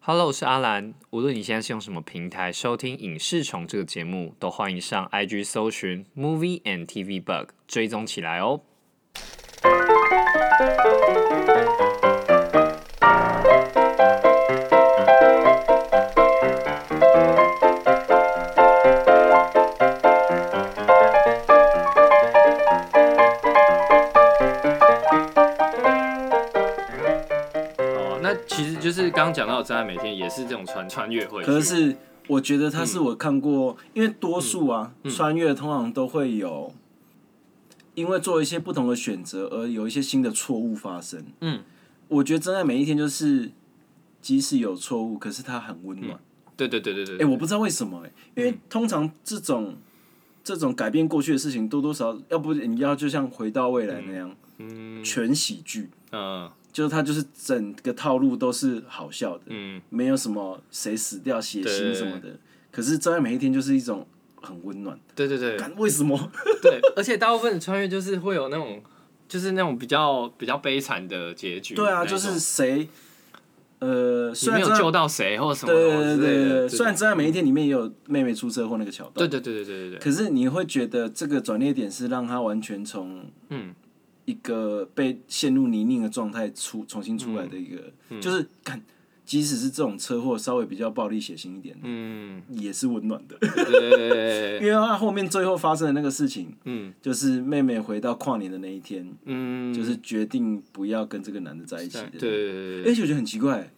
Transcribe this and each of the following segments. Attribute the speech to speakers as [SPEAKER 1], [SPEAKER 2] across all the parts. [SPEAKER 1] Hello，我是阿兰。无论你现在是用什么平台收听《影视虫》这个节目，都欢迎上 IG 搜寻 Movie and TV Bug 追踪起来哦。
[SPEAKER 2] 哦，那其实就是刚刚讲到《真爱每天》也是这种穿穿越会去，嗯
[SPEAKER 3] 可是我觉得它是我看过，因为多数啊、穿越通常都会有，因为做一些不同的选择而有一些新的错误发生。
[SPEAKER 2] 嗯，
[SPEAKER 3] 我觉得真爱每一天就是，即使有错误，可是它很温暖。
[SPEAKER 2] 对对对对对嗯
[SPEAKER 3] 哎、
[SPEAKER 2] 对，嗯
[SPEAKER 3] 我不知道为什么、欸，因为通常这种这种改变过去的事情，多多少少，要不你要就像回到未来那样，
[SPEAKER 2] 嗯
[SPEAKER 3] 全喜剧，
[SPEAKER 2] 嗯
[SPEAKER 3] 就是它就是整个套路都是好笑的。
[SPEAKER 2] 嗯，
[SPEAKER 3] 没有什么谁死掉、血腥
[SPEAKER 2] 对
[SPEAKER 3] 什么的。可是真爱每一天就是一种很温暖。
[SPEAKER 2] 对对对
[SPEAKER 3] 干为 什么？
[SPEAKER 2] 对，而且大部分的穿越就是会有那种，就是那种比较比较悲惨的结局那一种。
[SPEAKER 3] 对啊，就是谁，呃，
[SPEAKER 2] 你
[SPEAKER 3] 虽
[SPEAKER 2] 没
[SPEAKER 3] 然
[SPEAKER 2] 有
[SPEAKER 3] 真爱
[SPEAKER 2] 救到谁或什么
[SPEAKER 3] 对对对
[SPEAKER 2] 之类
[SPEAKER 3] 对
[SPEAKER 2] 的。对
[SPEAKER 3] 对，虽然真爱每一天里面也有妹妹出车祸那个桥段，
[SPEAKER 2] 对对对对对对对，
[SPEAKER 3] 可是你会觉得这个转捩点是让他完全从
[SPEAKER 2] 嗯
[SPEAKER 3] 一个被陷入泥泞的状态出重新出来
[SPEAKER 2] 嗯
[SPEAKER 3] 的一个，就是看，即使是这种车祸稍微比较暴力血腥一点，
[SPEAKER 2] 嗯，
[SPEAKER 3] 也是温暖的，
[SPEAKER 2] 对对对对对，
[SPEAKER 3] 因为他后面最后发生的那个事情，
[SPEAKER 2] 嗯
[SPEAKER 3] 就是妹妹回到跨年的那一天，
[SPEAKER 2] 嗯，
[SPEAKER 3] 就是决定不要跟这个男的在一起
[SPEAKER 2] 对
[SPEAKER 3] 的。
[SPEAKER 2] 对对对
[SPEAKER 3] 而
[SPEAKER 2] 对，
[SPEAKER 3] 且我觉得很奇怪，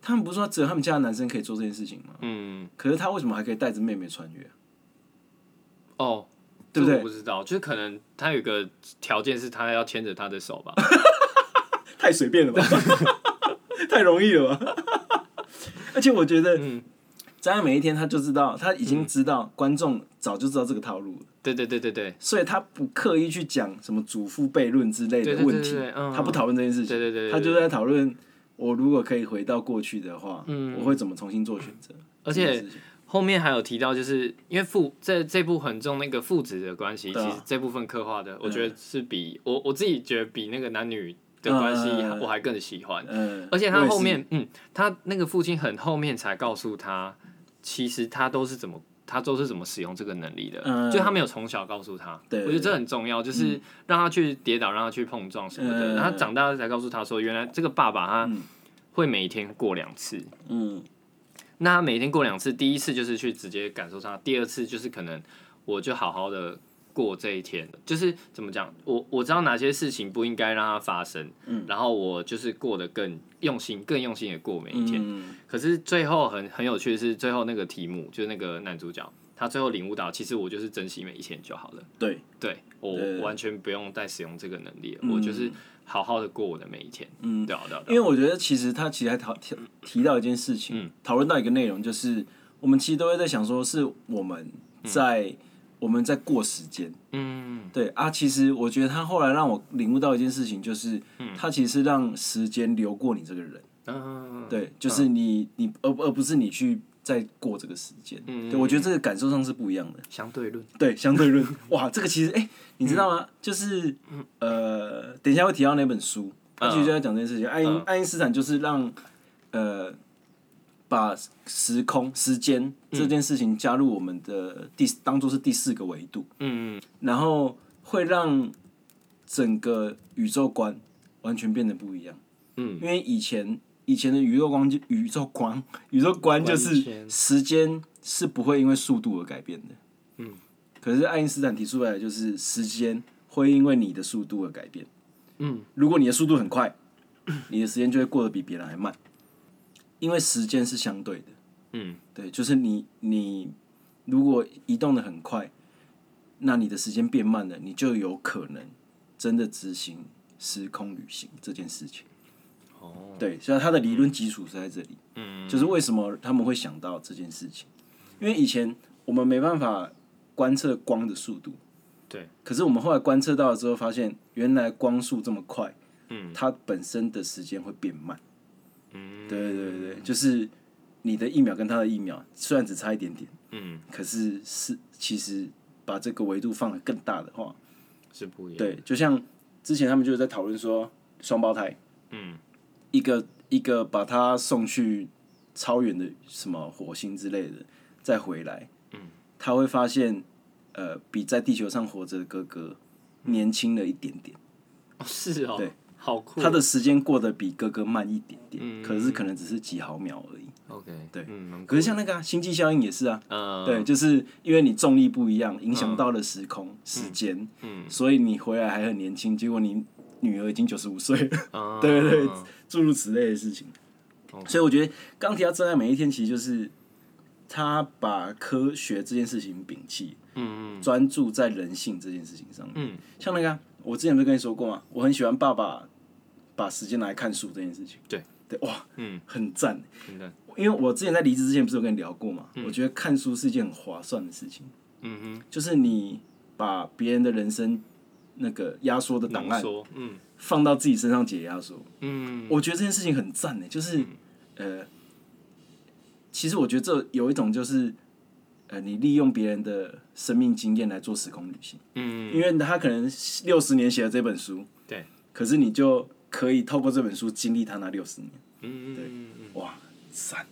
[SPEAKER 3] 他们不是说只有他们家的男生可以做这件事情吗？
[SPEAKER 2] 嗯
[SPEAKER 3] 可是他为什么还可以带着妹妹穿越？
[SPEAKER 2] 哦。
[SPEAKER 3] 对不
[SPEAKER 2] 这我
[SPEAKER 3] 对
[SPEAKER 2] 不知道，就是可能他有一个条件是他要牵着他的手 吧，
[SPEAKER 3] 太随便 了吧，太容易了吧。而且我觉得，
[SPEAKER 2] 嗯
[SPEAKER 3] 张爱每一天他就知道，他已经知道、观众早就知道这个套路了，
[SPEAKER 2] 对对对对对
[SPEAKER 3] 所以他不刻意去讲什么祖父悖论之类
[SPEAKER 2] 对
[SPEAKER 3] 的
[SPEAKER 2] 对
[SPEAKER 3] 问
[SPEAKER 2] 对
[SPEAKER 3] 题，
[SPEAKER 2] 对，嗯，
[SPEAKER 3] 他不讨论这件事情。
[SPEAKER 2] 对对对，对
[SPEAKER 3] 他就在讨论我如果可以回到过去的话，我会怎么重新做选择。
[SPEAKER 2] 嗯而且
[SPEAKER 3] 这件事情
[SPEAKER 2] 后面还有提到，就是因为父这这部很重那个父子的关系，
[SPEAKER 3] 对啊
[SPEAKER 2] 其实这部分刻画的，我觉得是比我我自己觉得比那个男女的关系
[SPEAKER 3] 嗯嗯嗯嗯
[SPEAKER 2] 我还更喜欢。
[SPEAKER 3] 呃，
[SPEAKER 2] 而且
[SPEAKER 3] 我
[SPEAKER 2] 他
[SPEAKER 3] 也是
[SPEAKER 2] 后面，嗯，他那个父亲很后面才告诉他，其实他都是怎么，他都是怎么使用这个能力的，
[SPEAKER 3] 嗯
[SPEAKER 2] 就他没有从小告诉他。
[SPEAKER 3] 对
[SPEAKER 2] 我觉得这很重要，就是让他去跌倒，让他去碰撞什么的。
[SPEAKER 3] 嗯
[SPEAKER 2] 然后他长大才告诉他说，原来这个爸爸他
[SPEAKER 3] 嗯
[SPEAKER 2] 会每天过两次，
[SPEAKER 3] 嗯
[SPEAKER 2] 那他每天过两次，第一次就是去直接感受它，第二次就是可能我就好好的过这一天，就是怎么讲，我我知道哪些事情不应该让它发生，
[SPEAKER 3] 嗯
[SPEAKER 2] 然后我就是过得更用心，更用心的过每一天。
[SPEAKER 3] 嗯
[SPEAKER 2] 可是最后很很有趣的是，最后那个题目就是那个男主角，他最后领悟到，其实我就是珍惜每一天就好了，
[SPEAKER 3] 对，
[SPEAKER 2] 对我
[SPEAKER 3] 对
[SPEAKER 2] 完全不用再使用这个能力了，
[SPEAKER 3] 嗯
[SPEAKER 2] 我就是好好的过我的每一天。
[SPEAKER 3] 嗯，
[SPEAKER 2] 对啊，对啊，
[SPEAKER 3] 因
[SPEAKER 2] 对啊
[SPEAKER 3] 为我觉得其实他其实还讨提提到一件事情
[SPEAKER 2] 嗯，
[SPEAKER 3] 讨论到一个内容，就是我们其实都会在想说，是我们在我们在过时间。
[SPEAKER 2] 嗯
[SPEAKER 3] 对啊，其实我觉得他后来让我领悟到一件事情，就是他其实让时间流过你这个人。
[SPEAKER 2] 嗯，
[SPEAKER 3] 对，就是你你而而不是你去再过这个时间，
[SPEAKER 2] 嗯
[SPEAKER 3] 对我觉得这个感受上是不一样的。
[SPEAKER 2] 相对论，
[SPEAKER 3] 对，相对论，哇，这个其实哎、你知道
[SPEAKER 2] 嗯
[SPEAKER 3] 吗？就是呃，等一下会提到那本书，他其实就在讲这件事情。爱因、
[SPEAKER 2] 嗯
[SPEAKER 3] 爱因斯坦就是让呃把时空时间
[SPEAKER 2] 嗯
[SPEAKER 3] 这件事情加入我们的第当做是第四个维度，
[SPEAKER 2] 嗯
[SPEAKER 3] 然后会让整个宇宙观完全变得不一样。
[SPEAKER 2] 嗯，
[SPEAKER 3] 因为以前以前的宇宙观就宇宙观宇宙观就
[SPEAKER 2] 完
[SPEAKER 3] 是
[SPEAKER 2] 全
[SPEAKER 3] 时间是不会因为速度而改变的。嗯，可是爱因斯坦提出来的就是时间会因为你的速度而改变。
[SPEAKER 2] 嗯，
[SPEAKER 3] 如果你的速度很快，你的时间就会过得比别人还慢，因为时间是相对的。
[SPEAKER 2] 嗯，
[SPEAKER 3] 对，就是你你如果移动的很快，那你的时间变慢了，你就有可能真的执行时空旅行这件事情。
[SPEAKER 2] 哦，
[SPEAKER 3] 对，所以它的理论基础是在这里，
[SPEAKER 2] 嗯
[SPEAKER 3] 就是为什么他们会想到这件事情，因为以前我们没办法观测光的速度，
[SPEAKER 2] 对，
[SPEAKER 3] 可是我们后来观测到了之后，发现原来光速这么快，
[SPEAKER 2] 嗯，
[SPEAKER 3] 它本身的时间会变慢，
[SPEAKER 2] 嗯，
[SPEAKER 3] 对对对对，就是你的一秒跟它的一秒虽然只差一点点，
[SPEAKER 2] 嗯，
[SPEAKER 3] 可是是其实把这个维度放得更大的话，
[SPEAKER 2] 是不一样，，
[SPEAKER 3] 对，就像之前他们就在讨论说双胞胎，
[SPEAKER 2] 嗯，
[SPEAKER 3] 一个一个把他送去超远的什么火星之类的再回来，
[SPEAKER 2] 嗯
[SPEAKER 3] 他会发现呃比在地球上活着的哥哥
[SPEAKER 2] 嗯
[SPEAKER 3] 年轻了一点点，
[SPEAKER 2] 哦是哦，
[SPEAKER 3] 对，
[SPEAKER 2] 好酷哦。
[SPEAKER 3] 他的时间过得比哥哥慢一点点，可是可能只是几毫秒而已。
[SPEAKER 2] OK，
[SPEAKER 3] 对
[SPEAKER 2] 嗯，蛮
[SPEAKER 3] 可是像那个、啊、星际效应也是啊，
[SPEAKER 2] 呃，
[SPEAKER 3] 对，就是因为你重力不一样，影响到了时空、时间，所以你回来还很年轻，结果你女儿已经九十五岁了，
[SPEAKER 2] 啊
[SPEAKER 3] 对对对，诸如此类的事情。所以我觉得《钢铁侠真爱每一天》其实就是他把科学这件事情摒弃，
[SPEAKER 2] 嗯嗯
[SPEAKER 3] 专注在人性这件事情上面。
[SPEAKER 2] 嗯，
[SPEAKER 3] 像那个啊、我之前不是跟你说过吗？我很喜欢爸爸把时间拿来看书这件事情。
[SPEAKER 2] 对
[SPEAKER 3] 对，哇，
[SPEAKER 2] 嗯，
[SPEAKER 3] 很赞。
[SPEAKER 2] 真的，
[SPEAKER 3] 因为我之前在离职之前不是有跟你聊过嘛，我觉得看书是一件很划算的事情，
[SPEAKER 2] 嗯哼，
[SPEAKER 3] 就是你把别人的人生那个压缩的档
[SPEAKER 2] 浓
[SPEAKER 3] 案
[SPEAKER 2] 缩，嗯
[SPEAKER 3] 放到自己身上解压缩，
[SPEAKER 2] 嗯
[SPEAKER 3] 我觉得这件事情很赞呢，就是呃，其实我觉得这有一种就是呃，你利用别人的生命经验来做时空旅行，
[SPEAKER 2] 嗯，
[SPEAKER 3] 因为他可能六十年写了这本书，
[SPEAKER 2] 对，
[SPEAKER 3] 可是你就可以透过这本书经历他那六十年，
[SPEAKER 2] 嗯嗯嗯，
[SPEAKER 3] 哇，赞！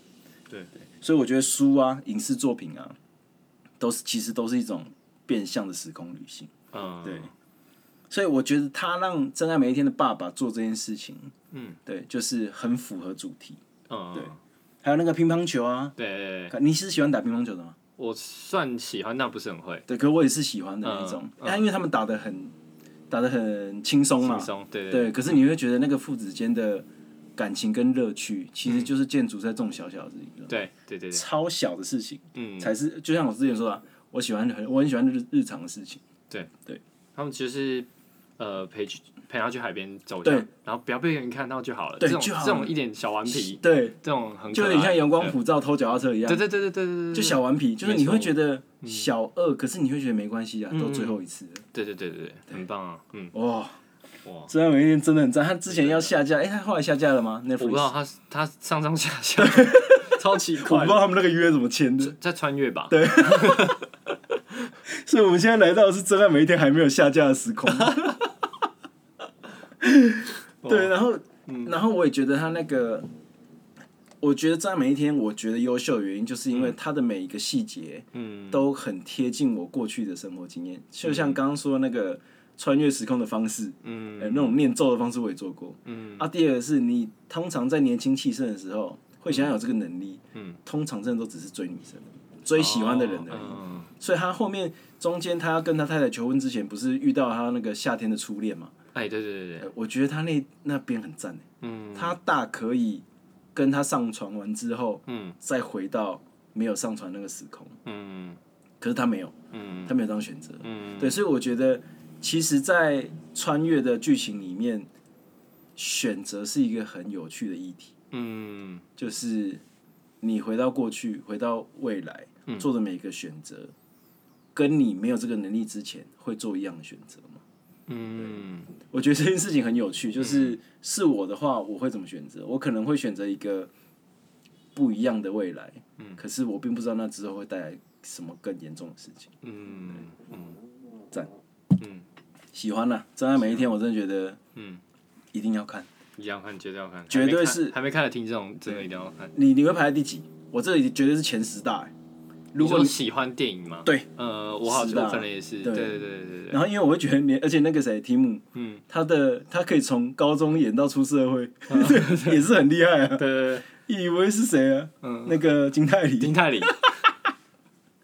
[SPEAKER 2] 对
[SPEAKER 3] 所以我觉得书啊、影视作品啊，都是其实都是一种变相的时空旅行。
[SPEAKER 2] 嗯
[SPEAKER 3] 对，所以我觉得他让《真爱每一天》的爸爸做这件事情，
[SPEAKER 2] 嗯，
[SPEAKER 3] 对，就是很符合主题。
[SPEAKER 2] 嗯对
[SPEAKER 3] 还有那个乒乓球啊，
[SPEAKER 2] 对对对，
[SPEAKER 3] 看你是喜欢打乒乓球的吗？
[SPEAKER 2] 我算喜欢，但不是很会，
[SPEAKER 3] 对，可我也是喜欢的那种。
[SPEAKER 2] 嗯
[SPEAKER 3] 但因为他们打的很打的很轻松嘛
[SPEAKER 2] 轻，松，对
[SPEAKER 3] 对，可是你会觉得那个父子间的感情跟乐趣，其实就是建筑在这种小小的一个、
[SPEAKER 2] 对对嗯对对，
[SPEAKER 3] 超小的事情。
[SPEAKER 2] 嗯，
[SPEAKER 3] 才是就像我之前说的啊，我喜欢很我很喜欢日日常的事情，
[SPEAKER 2] 他们就是呃陪去陪他去海边走一
[SPEAKER 3] 对
[SPEAKER 2] 下，然后不要被人看到就好了，这
[SPEAKER 3] 对
[SPEAKER 2] 种
[SPEAKER 3] 就好
[SPEAKER 2] 这种
[SPEAKER 3] 了
[SPEAKER 2] 一点小顽皮，
[SPEAKER 3] 对，
[SPEAKER 2] 这种很
[SPEAKER 3] 就有
[SPEAKER 2] 可
[SPEAKER 3] 点
[SPEAKER 2] 爱
[SPEAKER 3] 像阳光，普照偷脚踏车一样
[SPEAKER 2] 对，嗯对对对对对对，
[SPEAKER 3] 就小顽皮，就是你
[SPEAKER 2] 没错
[SPEAKER 3] 会觉得小恶，可是你会觉得没关系啊，
[SPEAKER 2] 嗯
[SPEAKER 3] 都最后一次了，
[SPEAKER 2] 对对对对对，很棒啊，嗯，
[SPEAKER 3] 哇
[SPEAKER 2] 哇
[SPEAKER 3] 哇，真的每一天真的很赞。他之前要下架，哎，他后来下架了吗
[SPEAKER 2] 我不知道
[SPEAKER 3] ？Netflix，
[SPEAKER 2] 他他上上下 下超奇
[SPEAKER 3] 我
[SPEAKER 2] 怪
[SPEAKER 3] 不知
[SPEAKER 2] 的，
[SPEAKER 3] 道他们那个约怎么签的，
[SPEAKER 2] 在穿越吧，
[SPEAKER 3] 所以我们现在来到的是真爱每一天还没有下架的时 空。对，然后，然后我也觉得他那个，我觉得真爱每一天，我觉得优秀的原因，就是因为他的每一个细节，
[SPEAKER 2] 嗯，
[SPEAKER 3] 都很贴近我过去的生活经验，就像刚刚说那个穿越时空的方式，嗯、那种念咒的方式我也做过，嗯，啊，第二个是你通常在年轻气盛的时候会想要有这个能力，嗯，哦通常真的都只是追女生，追喜欢的人而已，
[SPEAKER 2] 嗯
[SPEAKER 3] 所以他后面中间他要跟他太太求婚之前，不是遇到他那个夏天的初恋嘛？
[SPEAKER 2] 哎，对对对对，
[SPEAKER 3] 呃我觉得他那那边很赞欸
[SPEAKER 2] 嗯
[SPEAKER 3] 他大可以跟他上床完之后，
[SPEAKER 2] 嗯
[SPEAKER 3] 再回到没有上床那个时空，
[SPEAKER 2] 嗯
[SPEAKER 3] 可是他没有，
[SPEAKER 2] 嗯
[SPEAKER 3] 他没有这样选择，
[SPEAKER 2] 嗯，
[SPEAKER 3] 对，所以我觉得，其实，在穿越的剧情里面，选择是一个很有趣的议题，
[SPEAKER 2] 嗯
[SPEAKER 3] 就是你回到过去，回到未来，做的每一个选择，跟你没有这个能力之前会做一样的选择吗？
[SPEAKER 2] 嗯
[SPEAKER 3] 我觉得这件事情很有趣，就是是我的话，我会怎么选择？我可能会选择一个不一样的未来，可是我并不知道那之后会带来什么更严重的事情。
[SPEAKER 2] 嗯嗯，
[SPEAKER 3] 嗯喜欢啦、真爱每一天，我真的觉得，
[SPEAKER 2] 嗯
[SPEAKER 3] 嗯，一定要看。
[SPEAKER 2] 一定要看，绝对要看，
[SPEAKER 3] 绝对
[SPEAKER 2] 还没看
[SPEAKER 3] 是
[SPEAKER 2] 还没看的听众真的一定要看。
[SPEAKER 3] 你你会排在第几？我这里绝对是前十大、欸。
[SPEAKER 2] 如
[SPEAKER 3] 如果你
[SPEAKER 2] 喜欢电影吗？
[SPEAKER 3] 对，
[SPEAKER 2] 呃，我好
[SPEAKER 3] 是
[SPEAKER 2] 像
[SPEAKER 3] 的
[SPEAKER 2] 可能也是，对
[SPEAKER 3] 对
[SPEAKER 2] 对对对对
[SPEAKER 3] 然后因为我会觉得你，而且那个谁，提姆，
[SPEAKER 2] 嗯
[SPEAKER 3] 嗯，他的他可以从高中演到出社会，对 也是很厉害啊。
[SPEAKER 2] 对对对，
[SPEAKER 3] 以为是谁啊？
[SPEAKER 2] 嗯
[SPEAKER 3] 那个金泰
[SPEAKER 2] 丁
[SPEAKER 3] 梨。
[SPEAKER 2] 泰里，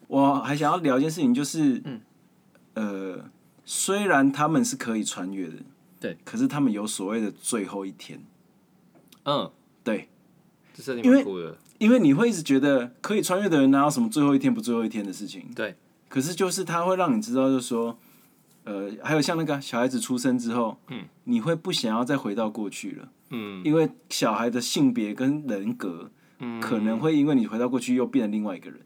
[SPEAKER 3] 我还想要聊一件事情，就是，呃，虽然他们是可以穿越的，
[SPEAKER 2] 对，
[SPEAKER 3] 可是他们有所谓的最后一天，
[SPEAKER 2] 嗯，
[SPEAKER 3] 对，
[SPEAKER 2] 这设定
[SPEAKER 3] 因为
[SPEAKER 2] 蛮酷的，
[SPEAKER 3] 因为你会一直觉得可以穿越的人哪有什么最后一天不最后一天的事情？
[SPEAKER 2] 对。
[SPEAKER 3] 可是就是他会让你知道，就是说，呃，还有像那个小孩子出生之后，嗯，你会不想要再回到过去了，
[SPEAKER 2] 嗯，
[SPEAKER 3] 因为小孩的性别跟人格，嗯，可能会因为你回到过去又变成另外一个人。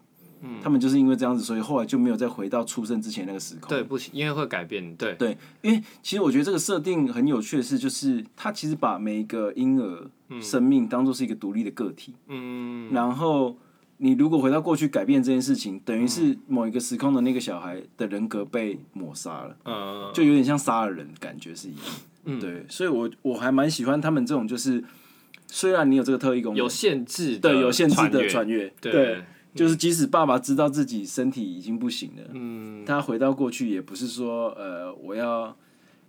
[SPEAKER 3] 嗯、他们就是因为这样子，所以后来就没有再回到出生之前那个时空。
[SPEAKER 2] 对，不行，因为会改变，对，
[SPEAKER 3] 对，因为其实我觉得这个设定很有趣的是，就是他其实把每一个婴儿生命当做是一个独立的个体。
[SPEAKER 2] 嗯
[SPEAKER 3] 然后你如果回到过去改变这件事情，等于是
[SPEAKER 2] 嗯
[SPEAKER 3] 某一个时空的那个小孩的人格被抹杀了，
[SPEAKER 2] 呃，
[SPEAKER 3] 就有
[SPEAKER 2] 嗯
[SPEAKER 3] 点像杀了人的感觉是一样。对，所以我我还蛮喜欢他们这种就是虽然你有这个特异功能
[SPEAKER 2] 有，限制的，
[SPEAKER 3] 对有限制的穿
[SPEAKER 2] 越，
[SPEAKER 3] 越，
[SPEAKER 2] 对嗯
[SPEAKER 3] 对，就是即使爸爸知道自己身体已经不行了，
[SPEAKER 2] 嗯，
[SPEAKER 3] 他回到过去也不是说呃我要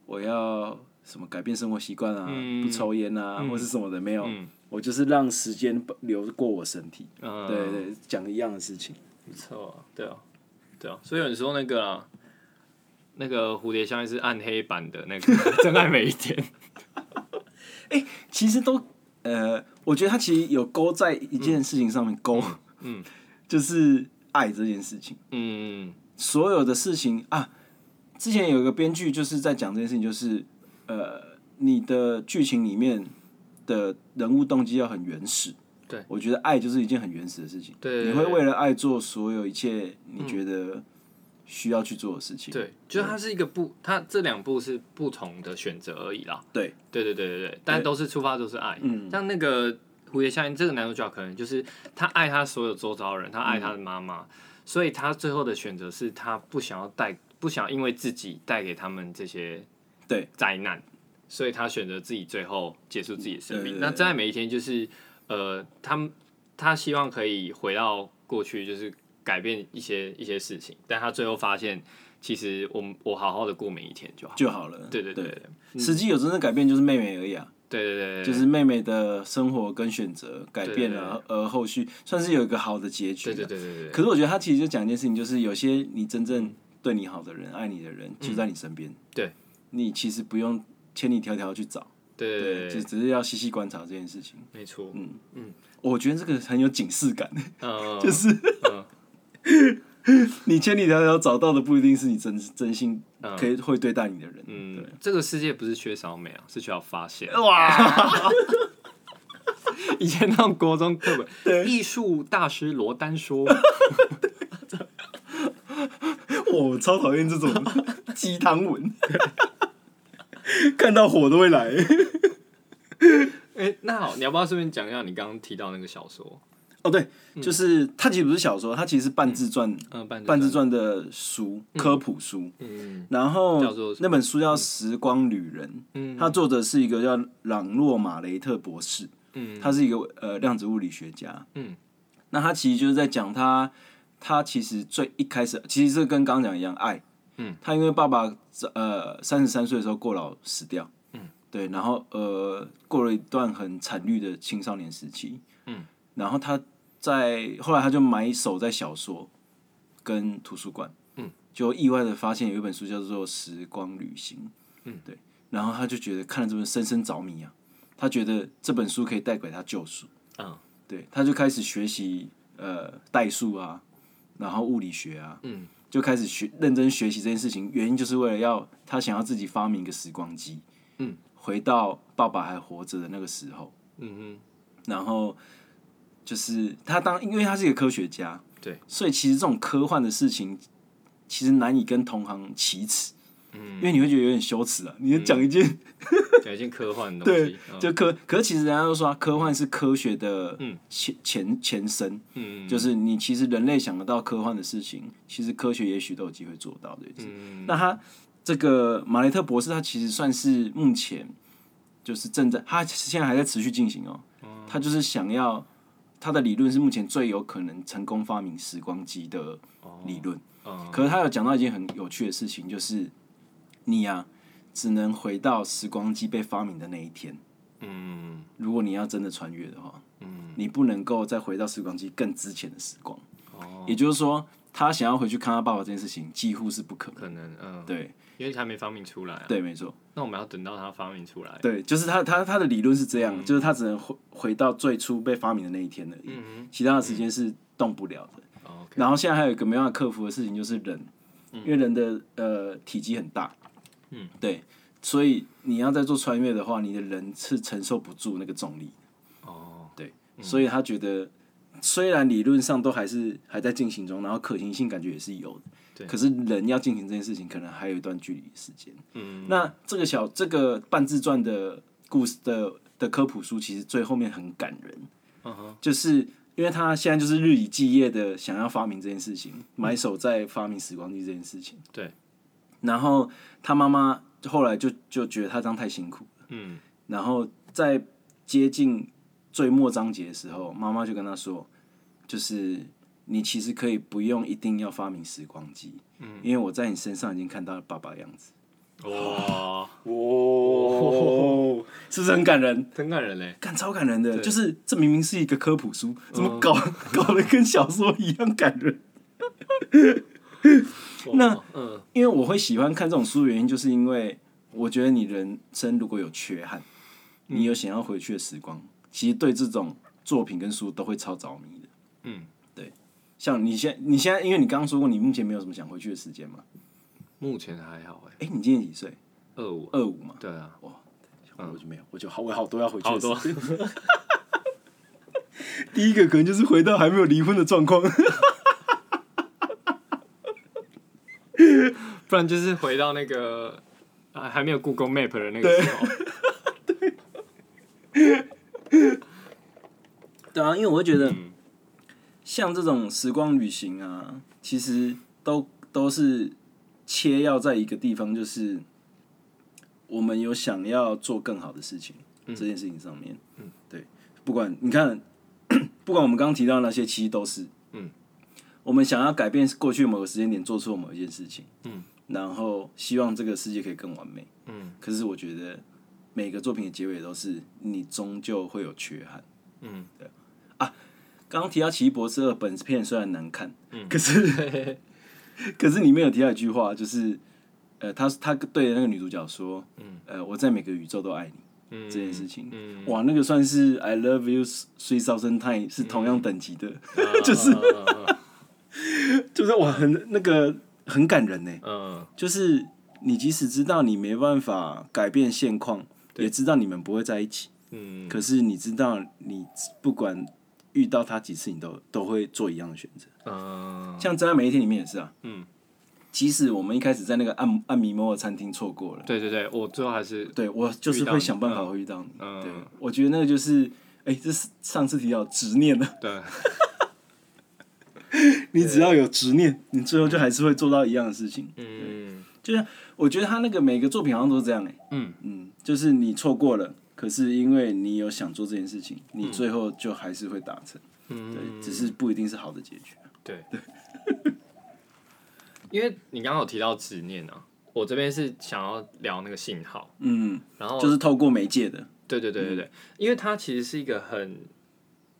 [SPEAKER 3] 我要什么改变生活习惯啊，
[SPEAKER 2] 嗯
[SPEAKER 3] 不抽烟啊、或是什么的，没有，
[SPEAKER 2] 嗯
[SPEAKER 3] 我就是让时间流过我身体。
[SPEAKER 2] 嗯
[SPEAKER 3] 对对，讲一样的事情。
[SPEAKER 2] 不错啊，对啊，对啊，所以有人说那个啊，那个蝴蝶效应是暗黑版的 那个《真爱每一天》，
[SPEAKER 3] 其实都呃，我觉得他其实有勾在一件事情上面勾，
[SPEAKER 2] 嗯，
[SPEAKER 3] 就是爱这件事情。
[SPEAKER 2] 嗯
[SPEAKER 3] 所有的事情啊，之前有一个编剧就是在讲这件事情，就是呃，你的剧情里面的人物动机要很原始。
[SPEAKER 2] 对，
[SPEAKER 3] 我觉得爱就是一件很原始的事情。
[SPEAKER 2] 对
[SPEAKER 3] 你会为了爱做所有一切你觉得需要去做的事情。
[SPEAKER 2] 对，就是它是一个不，它这两部是不同的选择而已啦。
[SPEAKER 3] 对，
[SPEAKER 2] 对对对对对，但都是出发都是爱。嗯，像那个蝴蝶效应这个男主角，可能就是他爱他所有周遭的人，他爱他的妈妈，所以他最后的选择是他不想要带，不想因为自己带给他们这些
[SPEAKER 3] 对
[SPEAKER 2] 灾难，所以他选择自己最后结束自己的生命。
[SPEAKER 3] 对对对
[SPEAKER 2] 那真爱每一天就是呃，他们他希望可以回到过去，就是改变一些一些事情，但他最后发现，其实我们我好好的过每一天就好。
[SPEAKER 3] 就好了。
[SPEAKER 2] 对对对对
[SPEAKER 3] 对，实际有真正改变就是妹妹而已啊。
[SPEAKER 2] 对对对，
[SPEAKER 3] 就是妹妹的生活跟选择改变了，而后续算是有一个好的结局
[SPEAKER 2] 对
[SPEAKER 3] 啊。
[SPEAKER 2] 对对对对。
[SPEAKER 3] 可是我觉得他其实就讲一件事情，就是有些你真正对你好的人、爱你的人就在你身边。
[SPEAKER 2] 嗯对，
[SPEAKER 3] 你其实不用千里迢迢去找，
[SPEAKER 2] 对对对
[SPEAKER 3] 对，就
[SPEAKER 2] 对，
[SPEAKER 3] 只是要细细观察这件事情。
[SPEAKER 2] 没错，
[SPEAKER 3] 我觉得这个很有警示感，
[SPEAKER 2] 嗯，
[SPEAKER 3] 就是是你千里迢迢找到的不一定是你真真心可以会对待你的人。
[SPEAKER 2] 嗯
[SPEAKER 3] 对，，
[SPEAKER 2] 这个世界不是缺少美啊，是缺少发现。
[SPEAKER 3] 哇，
[SPEAKER 2] 以前那种国中课本，艺术大师罗丹 说，
[SPEAKER 3] 我超讨厌这种鸡汤文， 看到火都会来。
[SPEAKER 2] 哎，那好，你要不要顺便讲一下你刚刚提到那个小说？
[SPEAKER 3] 哦，对，就是它其实不是小说，它其实是半自传、
[SPEAKER 2] 嗯，半
[SPEAKER 3] 呃半自，传的书，科普书。
[SPEAKER 2] 嗯
[SPEAKER 3] 然后
[SPEAKER 2] 叫做什么
[SPEAKER 3] 那本书叫《时光旅人》，
[SPEAKER 2] 嗯
[SPEAKER 3] 它作者是一个叫朗洛马雷特博士，
[SPEAKER 2] 嗯
[SPEAKER 3] 他是一个呃量子物理学家。
[SPEAKER 2] 嗯，
[SPEAKER 3] 那他其实就是在讲他，他其实最一开始，其实这跟刚刚讲一样，爱。
[SPEAKER 2] 嗯，
[SPEAKER 3] 他因为爸爸呃三十三岁的时候过劳死掉。嗯，对，然后呃过了一段很惨绿的青少年时期。
[SPEAKER 2] 嗯，
[SPEAKER 3] 然后他在后来他就埋首在小说跟图书馆。
[SPEAKER 2] 嗯，
[SPEAKER 3] 就意外的发现有一本书叫做《时光旅行》。嗯，对，然后他就觉得看了这本深深着迷啊，他觉得这本书可以带给他救赎。
[SPEAKER 2] 嗯，
[SPEAKER 3] 对，他就开始学习呃代数啊，然后物理学啊，
[SPEAKER 2] 嗯，
[SPEAKER 3] 就开始学认真学习这件事情。原因就是为了要他想要自己发明一个时光机，
[SPEAKER 2] 嗯，
[SPEAKER 3] 回到爸爸还活着的那个时候。
[SPEAKER 2] 嗯
[SPEAKER 3] 然后就是他当，因为他是一个科学家，
[SPEAKER 2] 对，
[SPEAKER 3] 所以其实这种科幻的事情其实难以跟同行启齿，
[SPEAKER 2] 嗯，
[SPEAKER 3] 因为你会觉得有点羞耻啊，你就讲一件、
[SPEAKER 2] 哼，讲一件科幻的东西
[SPEAKER 3] 对，，就科，可是其实人家都说、啊、科幻是科学的
[SPEAKER 2] 嗯
[SPEAKER 3] 前、前前身，
[SPEAKER 2] 嗯
[SPEAKER 3] 就是你其实人类想得到科幻的事情，其实科学也许都有机会做到的。
[SPEAKER 2] 嗯
[SPEAKER 3] 那他这个马雷特博士，他其实算是目前就是正在，他现在还在持续进行哦、他就是想要他的理论是目前最有可能成功发明时光机的理论。
[SPEAKER 2] 嗯
[SPEAKER 3] 可是他有讲到一件很有趣的事情，就是你呀、只能回到时光机被发明的那一天。
[SPEAKER 2] 嗯
[SPEAKER 3] 如果你要真的穿越的话，
[SPEAKER 2] 嗯，
[SPEAKER 3] 你不能够再回到时光机更之前的时光。
[SPEAKER 2] 哦，
[SPEAKER 3] 也就是说，他想要回去看他爸爸这件事情几乎是不可能。
[SPEAKER 2] 可能嗯，
[SPEAKER 3] 对
[SPEAKER 2] 因为还没发明出来啊，
[SPEAKER 3] 对，没错，
[SPEAKER 2] 那我们要等到它发明出来，
[SPEAKER 3] 对，就是他他他的理论是这样，就是他只能回回到最初被发明的那一天而已，
[SPEAKER 2] 嗯
[SPEAKER 3] 其他的时间是动不了的。
[SPEAKER 2] 哼哦，OK，
[SPEAKER 3] 然后现在还有一个没办法克服的事情就是人，因为人的呃体积很大，
[SPEAKER 2] 嗯，
[SPEAKER 3] 对，所以你要在做穿越的话，你的人是承受不住那个重力的。
[SPEAKER 2] 哦，
[SPEAKER 3] 对，所以他觉得虽然理论上都还是还在进行中，然后可行性感觉也是有的，
[SPEAKER 2] 对
[SPEAKER 3] 可是人要进行这件事情，可能还有一段距离的时间。
[SPEAKER 2] 嗯，
[SPEAKER 3] 那这个小这个半自传的故事的的科普书，其实最后面很感人，
[SPEAKER 2] 嗯哼，
[SPEAKER 3] 就是。因为他现在就是日以继夜的想要发明这件事情，埋首在发明时光机这件事情。
[SPEAKER 2] 嗯对，
[SPEAKER 3] 然后他妈妈后来就就觉得他这样太辛苦了，
[SPEAKER 2] 嗯
[SPEAKER 3] 然后在接近最末章节的时候，妈妈就跟他说，就是你其实可以不用一定要发明时光机，嗯，因为我在你身上已经看到了爸爸的样子，
[SPEAKER 2] 哇，
[SPEAKER 3] 哦，是不是很感人？
[SPEAKER 2] 真感人嘞！
[SPEAKER 3] 感超感人的，就是这明明是一个科普书，怎么搞、搞得跟小说一样感人？
[SPEAKER 2] 那嗯
[SPEAKER 3] 因为我会喜欢看这种书的原因，就是因为我觉得你人生如果有缺憾，你有想要回去的时光，其实对这种作品跟书都会超着迷的。
[SPEAKER 2] 嗯，
[SPEAKER 3] 对，像你现你现在，因为你刚刚说过你目前没有什么想回去的时间嘛，
[SPEAKER 2] 目前还好哎，
[SPEAKER 3] 哎、你今年几岁？
[SPEAKER 2] 二五，
[SPEAKER 3] 二五嘛，
[SPEAKER 2] 对啊，
[SPEAKER 3] 我就没有，我就好，我有好多要回去
[SPEAKER 2] 好
[SPEAKER 3] 的时
[SPEAKER 2] 多
[SPEAKER 3] 间。 第一个可能就是回到还没有离婚的状况，
[SPEAKER 2] 不然就是回到那个啊还没有 Google Map 的那个时候，
[SPEAKER 3] 对啊，因为我会觉得
[SPEAKER 2] 嗯，
[SPEAKER 3] 像这种时光旅行啊，其实都都是切要在一个地方，就是我们有想要做更好的事情、这件事情上面。嗯，对，不管你看， 不管我们刚刚提到的那些，其实都是
[SPEAKER 2] 嗯，
[SPEAKER 3] 我们想要改变过去某个时间点做错某一件事情。
[SPEAKER 2] 嗯，
[SPEAKER 3] 然后希望这个世界可以更完美。
[SPEAKER 2] 嗯，
[SPEAKER 3] 可是我觉得每个作品的结尾都是你终究会有缺憾。
[SPEAKER 2] 嗯，
[SPEAKER 3] 对啊。刚刚提到《奇异博士二》本片虽然难看，嗯，可是 可是里面有提到一句话，就是呃，他他对那个女主角说，嗯，呃，我在每个宇宙都爱你。
[SPEAKER 2] 嗯
[SPEAKER 3] 这件事情，
[SPEAKER 2] 嗯
[SPEAKER 3] 哇，那个算是 I love you three thousand times 是同样等级的，
[SPEAKER 2] 就是
[SPEAKER 3] 就是哇，很那个很感人呢。
[SPEAKER 2] 嗯
[SPEAKER 3] 就是你即使知道你没办法改变现况，也知道你们不会在一起，
[SPEAKER 2] 嗯
[SPEAKER 3] 可是你知道你不管遇到他几次，你都都会做一样的选择。
[SPEAKER 2] 嗯
[SPEAKER 3] 像《真爱每一天》里面也是啊，
[SPEAKER 2] 嗯，
[SPEAKER 3] 即使我们一开始在那个暗暗迷蒙的餐厅错过了，
[SPEAKER 2] 对对对，我最后还是
[SPEAKER 3] 对我就是
[SPEAKER 2] 遇到
[SPEAKER 3] 会
[SPEAKER 2] 你
[SPEAKER 3] 想办法会遇到你。
[SPEAKER 2] 嗯
[SPEAKER 3] 对，我觉得那个就是，哎、这是上次提到的执念了，
[SPEAKER 2] 对，
[SPEAKER 3] 你只要有执念，你最后就还是会做到一样的事情。
[SPEAKER 2] 嗯
[SPEAKER 3] 就是我觉得他那个每个作品好像都是这样哎、
[SPEAKER 2] 嗯
[SPEAKER 3] 嗯，就是你错过了，可是因为你有想做这件事情，你最后就还是会达成，对，
[SPEAKER 2] 嗯，
[SPEAKER 3] 只是不一定是好的结局。
[SPEAKER 2] 对，因为你刚好提到执念啊，我这边是想要聊那个信号，
[SPEAKER 3] 嗯，
[SPEAKER 2] 然后
[SPEAKER 3] 就是透过媒介的，
[SPEAKER 2] 对对对对对，因为它其实是一个很，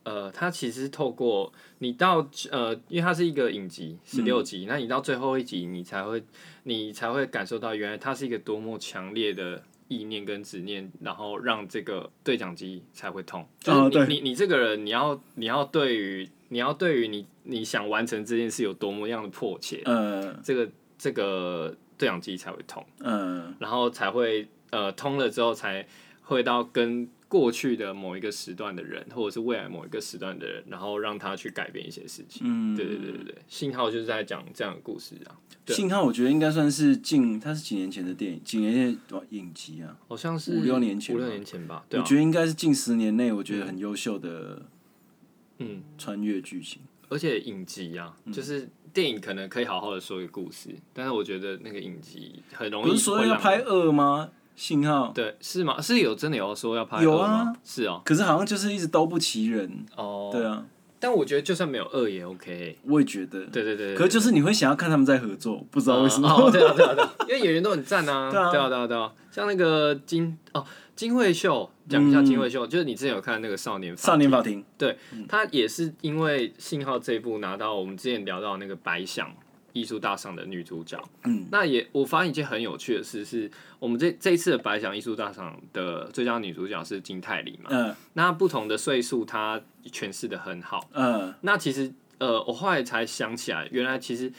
[SPEAKER 2] 呃，它其实透过你到呃，因为它是一个影集，十六集，那你到最后一集，你才会你才会感受到，原来它是一个多么强烈的意念跟执念，然后让这个对讲机才会痛。就是你、
[SPEAKER 3] 哦对
[SPEAKER 2] 你你这个人，你要你要对于你要对于你你想完成这件事有多么样的迫切，
[SPEAKER 3] 呃
[SPEAKER 2] 这个这个对讲机才会痛。
[SPEAKER 3] 呃，
[SPEAKER 2] 然后才会呃通了之后才会到跟过去的某一个时段的人，或者是未来某一个时段的人，然后让他去改变一些事情。
[SPEAKER 3] 嗯，
[SPEAKER 2] 对对对对对，信号就是在讲这样的故事啊，对
[SPEAKER 3] 信号我觉得应该算是近，它是几年前的电影，几年前的影集啊，
[SPEAKER 2] 好像是
[SPEAKER 3] 五六年前
[SPEAKER 2] 五
[SPEAKER 3] 吧嗯
[SPEAKER 2] 六年前吧，对
[SPEAKER 3] 我
[SPEAKER 2] 啊，
[SPEAKER 3] 觉得应该是近十年内我觉得很优秀的
[SPEAKER 2] 嗯，
[SPEAKER 3] 穿越剧情。
[SPEAKER 2] 而且影集啊，
[SPEAKER 3] 嗯
[SPEAKER 2] 就是电影可能可以好好的说一个故事，但是我觉得那个影集很容易
[SPEAKER 3] 不是说要
[SPEAKER 2] 会让
[SPEAKER 3] 拍二吗？信号，
[SPEAKER 2] 对是吗？是有真的有说要拍
[SPEAKER 3] 有
[SPEAKER 2] 二吗
[SPEAKER 3] 啊，
[SPEAKER 2] 是哦，
[SPEAKER 3] 可是好像就是一直都不齐人。
[SPEAKER 2] 哦，
[SPEAKER 3] 对，啊，
[SPEAKER 2] 但我觉得就算没有二也 OK，
[SPEAKER 3] 我也觉得。
[SPEAKER 2] 对对对对，
[SPEAKER 3] 可是就是你会想要看他们在合作，不知道为什么。
[SPEAKER 2] 哦，哦对啊，对啊，对啊，因为演员都很赞啊，
[SPEAKER 3] 对
[SPEAKER 2] 对
[SPEAKER 3] 啊
[SPEAKER 2] 啊，对啊，对啊，像那个金哦，金惠秀，讲一下
[SPEAKER 3] 嗯
[SPEAKER 2] 金惠秀，就是你之前有看那个少年
[SPEAKER 3] 少
[SPEAKER 2] 法，
[SPEAKER 3] 年法庭，嗯
[SPEAKER 2] 对，他也是因为《信号》这一部拿到我们之前聊到那个白想艺术大赏的女主角，
[SPEAKER 3] 嗯，
[SPEAKER 2] 那也我发现一件很有趣的事是，我们这这一次的白想艺术大赏的最佳女主角是金泰梨嘛，
[SPEAKER 3] 嗯
[SPEAKER 2] 那不同的岁数她诠释的很好。
[SPEAKER 3] 嗯
[SPEAKER 2] 那其实呃，我后来才想起来，原来其实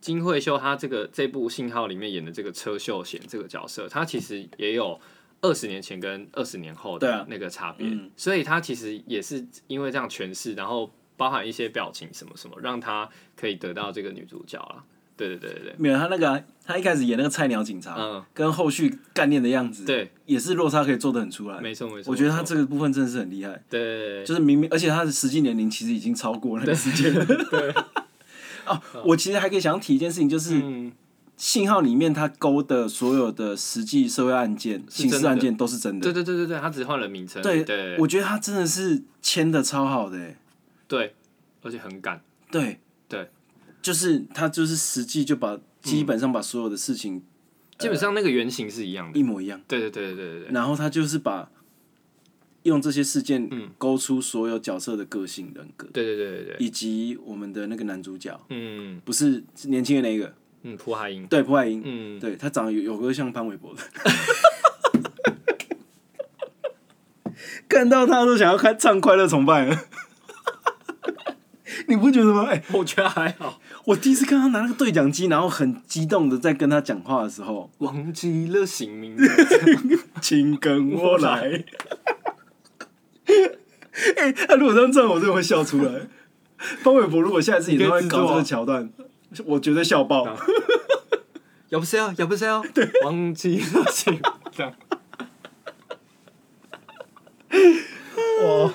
[SPEAKER 2] 金惠秀她这个这部《信号》里面演的这个车秀贤这个角色，她其实也有二十年前跟二十年后
[SPEAKER 3] 对啊
[SPEAKER 2] 的那个差别，
[SPEAKER 3] 嗯
[SPEAKER 2] 所以她其实也是因为这样诠释，然后包含一些表情什么什么，让她可以得到这个女主角啦。对对对对对，
[SPEAKER 3] 没有他那个啊、他一开始演那个菜鸟警察，
[SPEAKER 2] 嗯
[SPEAKER 3] 跟后续干练的样子，
[SPEAKER 2] 对，
[SPEAKER 3] 也是落差可以做的很出来。
[SPEAKER 2] 没错没错，
[SPEAKER 3] 呃我觉得他
[SPEAKER 2] 没错
[SPEAKER 3] 这个部分真的是很厉害，
[SPEAKER 2] 对对对对
[SPEAKER 3] 就是明明，而且他的实际年龄其实已经 超过那个时间了。哦，我其实还可以想提一件事情，就是
[SPEAKER 2] 嗯
[SPEAKER 3] 信号里面他勾的所有的实际社会案件、
[SPEAKER 2] 是真
[SPEAKER 3] 刑
[SPEAKER 2] 的
[SPEAKER 3] 事案件都是真
[SPEAKER 2] 对对
[SPEAKER 3] 的。
[SPEAKER 2] 对对对，他只是换了名称，
[SPEAKER 3] 对，
[SPEAKER 2] 对
[SPEAKER 3] 我觉得他真的是签的超好的、欸，
[SPEAKER 2] 对，而且很赶，
[SPEAKER 3] 对
[SPEAKER 2] 对，
[SPEAKER 3] 就是他就是实际就把基本上把所有的事情呃
[SPEAKER 2] 基本上那个原型是一样的。
[SPEAKER 3] 一模一样，
[SPEAKER 2] 对对对对嗯对对，
[SPEAKER 3] 然后他就是把用这些事件勾出所有角色的个性人格，
[SPEAKER 2] 对对对嗯对对，
[SPEAKER 3] 以及我们的那个男主角，
[SPEAKER 2] 嗯
[SPEAKER 3] 不是是年轻的那一个，
[SPEAKER 2] 嗯，蒲海英，
[SPEAKER 3] 对，蒲海英，
[SPEAKER 2] 嗯，
[SPEAKER 3] 对他长得有有个像潘玮柏的， 看到他都想要开唱《快乐崇拜》了， 你不觉得吗？哎、
[SPEAKER 2] 我觉得还好。
[SPEAKER 3] 我第一次看他拿那个对讲机，然后很激动的在跟他讲话的时候，
[SPEAKER 2] 忘记了姓 名，
[SPEAKER 3] 请跟 我来。 哎、他如果这样唱，我真的会笑出来。潘玮柏如果下一次演唱会搞这个桥段，我绝对笑爆。
[SPEAKER 2] 要不是啊要，要不是 要，忘记了姓名。这样
[SPEAKER 3] 哇，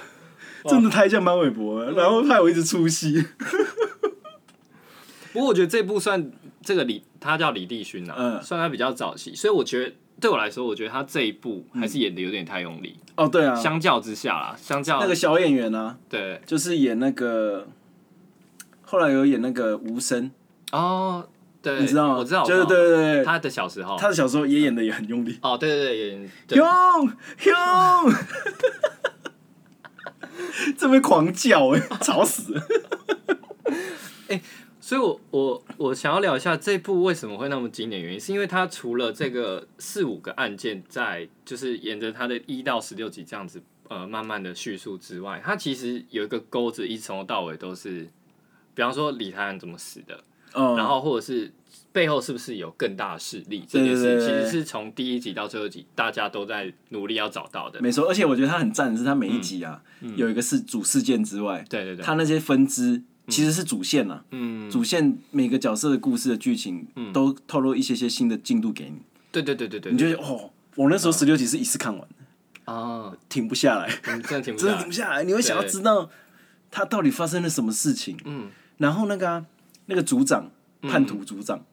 [SPEAKER 3] 真的太像潘玮柏了，然后害我一直出戏。
[SPEAKER 2] 不过我觉得这部算这个李，他叫李立勋啊，
[SPEAKER 3] 嗯
[SPEAKER 2] 算他比较早期，所以我觉得对我来说，我觉得他这一部还是演的有点太用力，
[SPEAKER 3] 哦，对啊，
[SPEAKER 2] 相较之下啦，相较
[SPEAKER 3] 那个小演员啊，
[SPEAKER 2] 对
[SPEAKER 3] 就是演那个，后来有演那个无声，
[SPEAKER 2] 哦，对，
[SPEAKER 3] 你知道吗？
[SPEAKER 2] 我知道，
[SPEAKER 3] 就是
[SPEAKER 2] 我知道
[SPEAKER 3] 对对对，
[SPEAKER 2] 他的小时候，
[SPEAKER 3] 他的啊小时候也演的也很用力，
[SPEAKER 2] 哦，对对对，演对
[SPEAKER 3] 用用， 这边狂叫 哎、吵死了！
[SPEAKER 2] 所以我，我我想要聊一下这部为什么会那么经典，原因是因为它除了这个四五个案件在就是沿着它的一到十六集这样子呃慢慢的叙述之外，它其实有一个钩子，一直从头到尾都是，比方说李泰安怎么死的，
[SPEAKER 3] 哦
[SPEAKER 2] 然后或者是背后是不是有更大的势力这件
[SPEAKER 3] 对
[SPEAKER 2] 事，
[SPEAKER 3] 对
[SPEAKER 2] 其
[SPEAKER 3] 对
[SPEAKER 2] 实是从第一集到最后一集大家都在努力要找到的。
[SPEAKER 3] 没错，而且我觉得他很赞的是，他每一集啊，有一个是主事件之外，
[SPEAKER 2] 对嗯对对，
[SPEAKER 3] 他那些分支其实是主线啊，
[SPEAKER 2] 嗯，
[SPEAKER 3] 主线每个角色的故事的剧情都透露一些些新的进度给你，
[SPEAKER 2] 对对对对对，嗯
[SPEAKER 3] 你就觉得哦，我那时候十六集是一次看完，
[SPEAKER 2] 啊，
[SPEAKER 3] 停不下来，
[SPEAKER 2] 嗯真的停不
[SPEAKER 3] 真
[SPEAKER 2] 下
[SPEAKER 3] 的停
[SPEAKER 2] 来
[SPEAKER 3] 不，下来，你会想要知道他到底发生了什么事情。
[SPEAKER 2] 嗯，
[SPEAKER 3] 然后那个啊，那个组长，叛徒组长，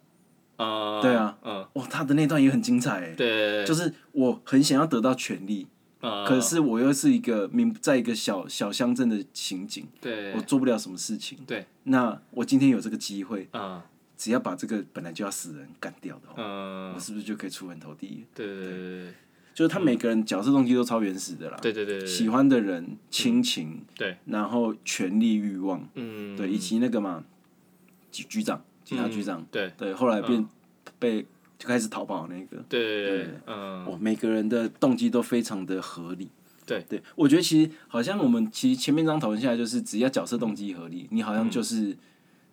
[SPEAKER 2] 啊，
[SPEAKER 3] 对啊
[SPEAKER 2] 嗯，
[SPEAKER 3] 哇，他的那段也很精彩哎，
[SPEAKER 2] 对对，对
[SPEAKER 3] 就是我很想要得到权利，
[SPEAKER 2] 呃
[SPEAKER 3] 可是我又是一个民在一个小小乡镇的刑警，
[SPEAKER 2] 对
[SPEAKER 3] 我做不了什么事情。
[SPEAKER 2] 对，
[SPEAKER 3] 那我今天有这个机会，
[SPEAKER 2] 嗯
[SPEAKER 3] 只要把这个本来就要死人干掉的话，
[SPEAKER 2] 嗯
[SPEAKER 3] 我，是不是就可以出人头地？
[SPEAKER 2] 对对对
[SPEAKER 3] 就是他每个人角色动机都超原始的啦，
[SPEAKER 2] 对对对对对
[SPEAKER 3] 喜欢的人、亲情，
[SPEAKER 2] 对，
[SPEAKER 3] 然后权力欲望，
[SPEAKER 2] 嗯，
[SPEAKER 3] 对，以及那个嘛，局局长、警察局长，
[SPEAKER 2] 嗯对嗯
[SPEAKER 3] 对，后来变被就开始逃跑那个，
[SPEAKER 2] 对对对，嗯，
[SPEAKER 3] 哦，每个人的动机都非常的合理。
[SPEAKER 2] 对
[SPEAKER 3] 对，我觉得其实好像我们其实前面这样讨论下来，就是只要角色动机合理，你好像就是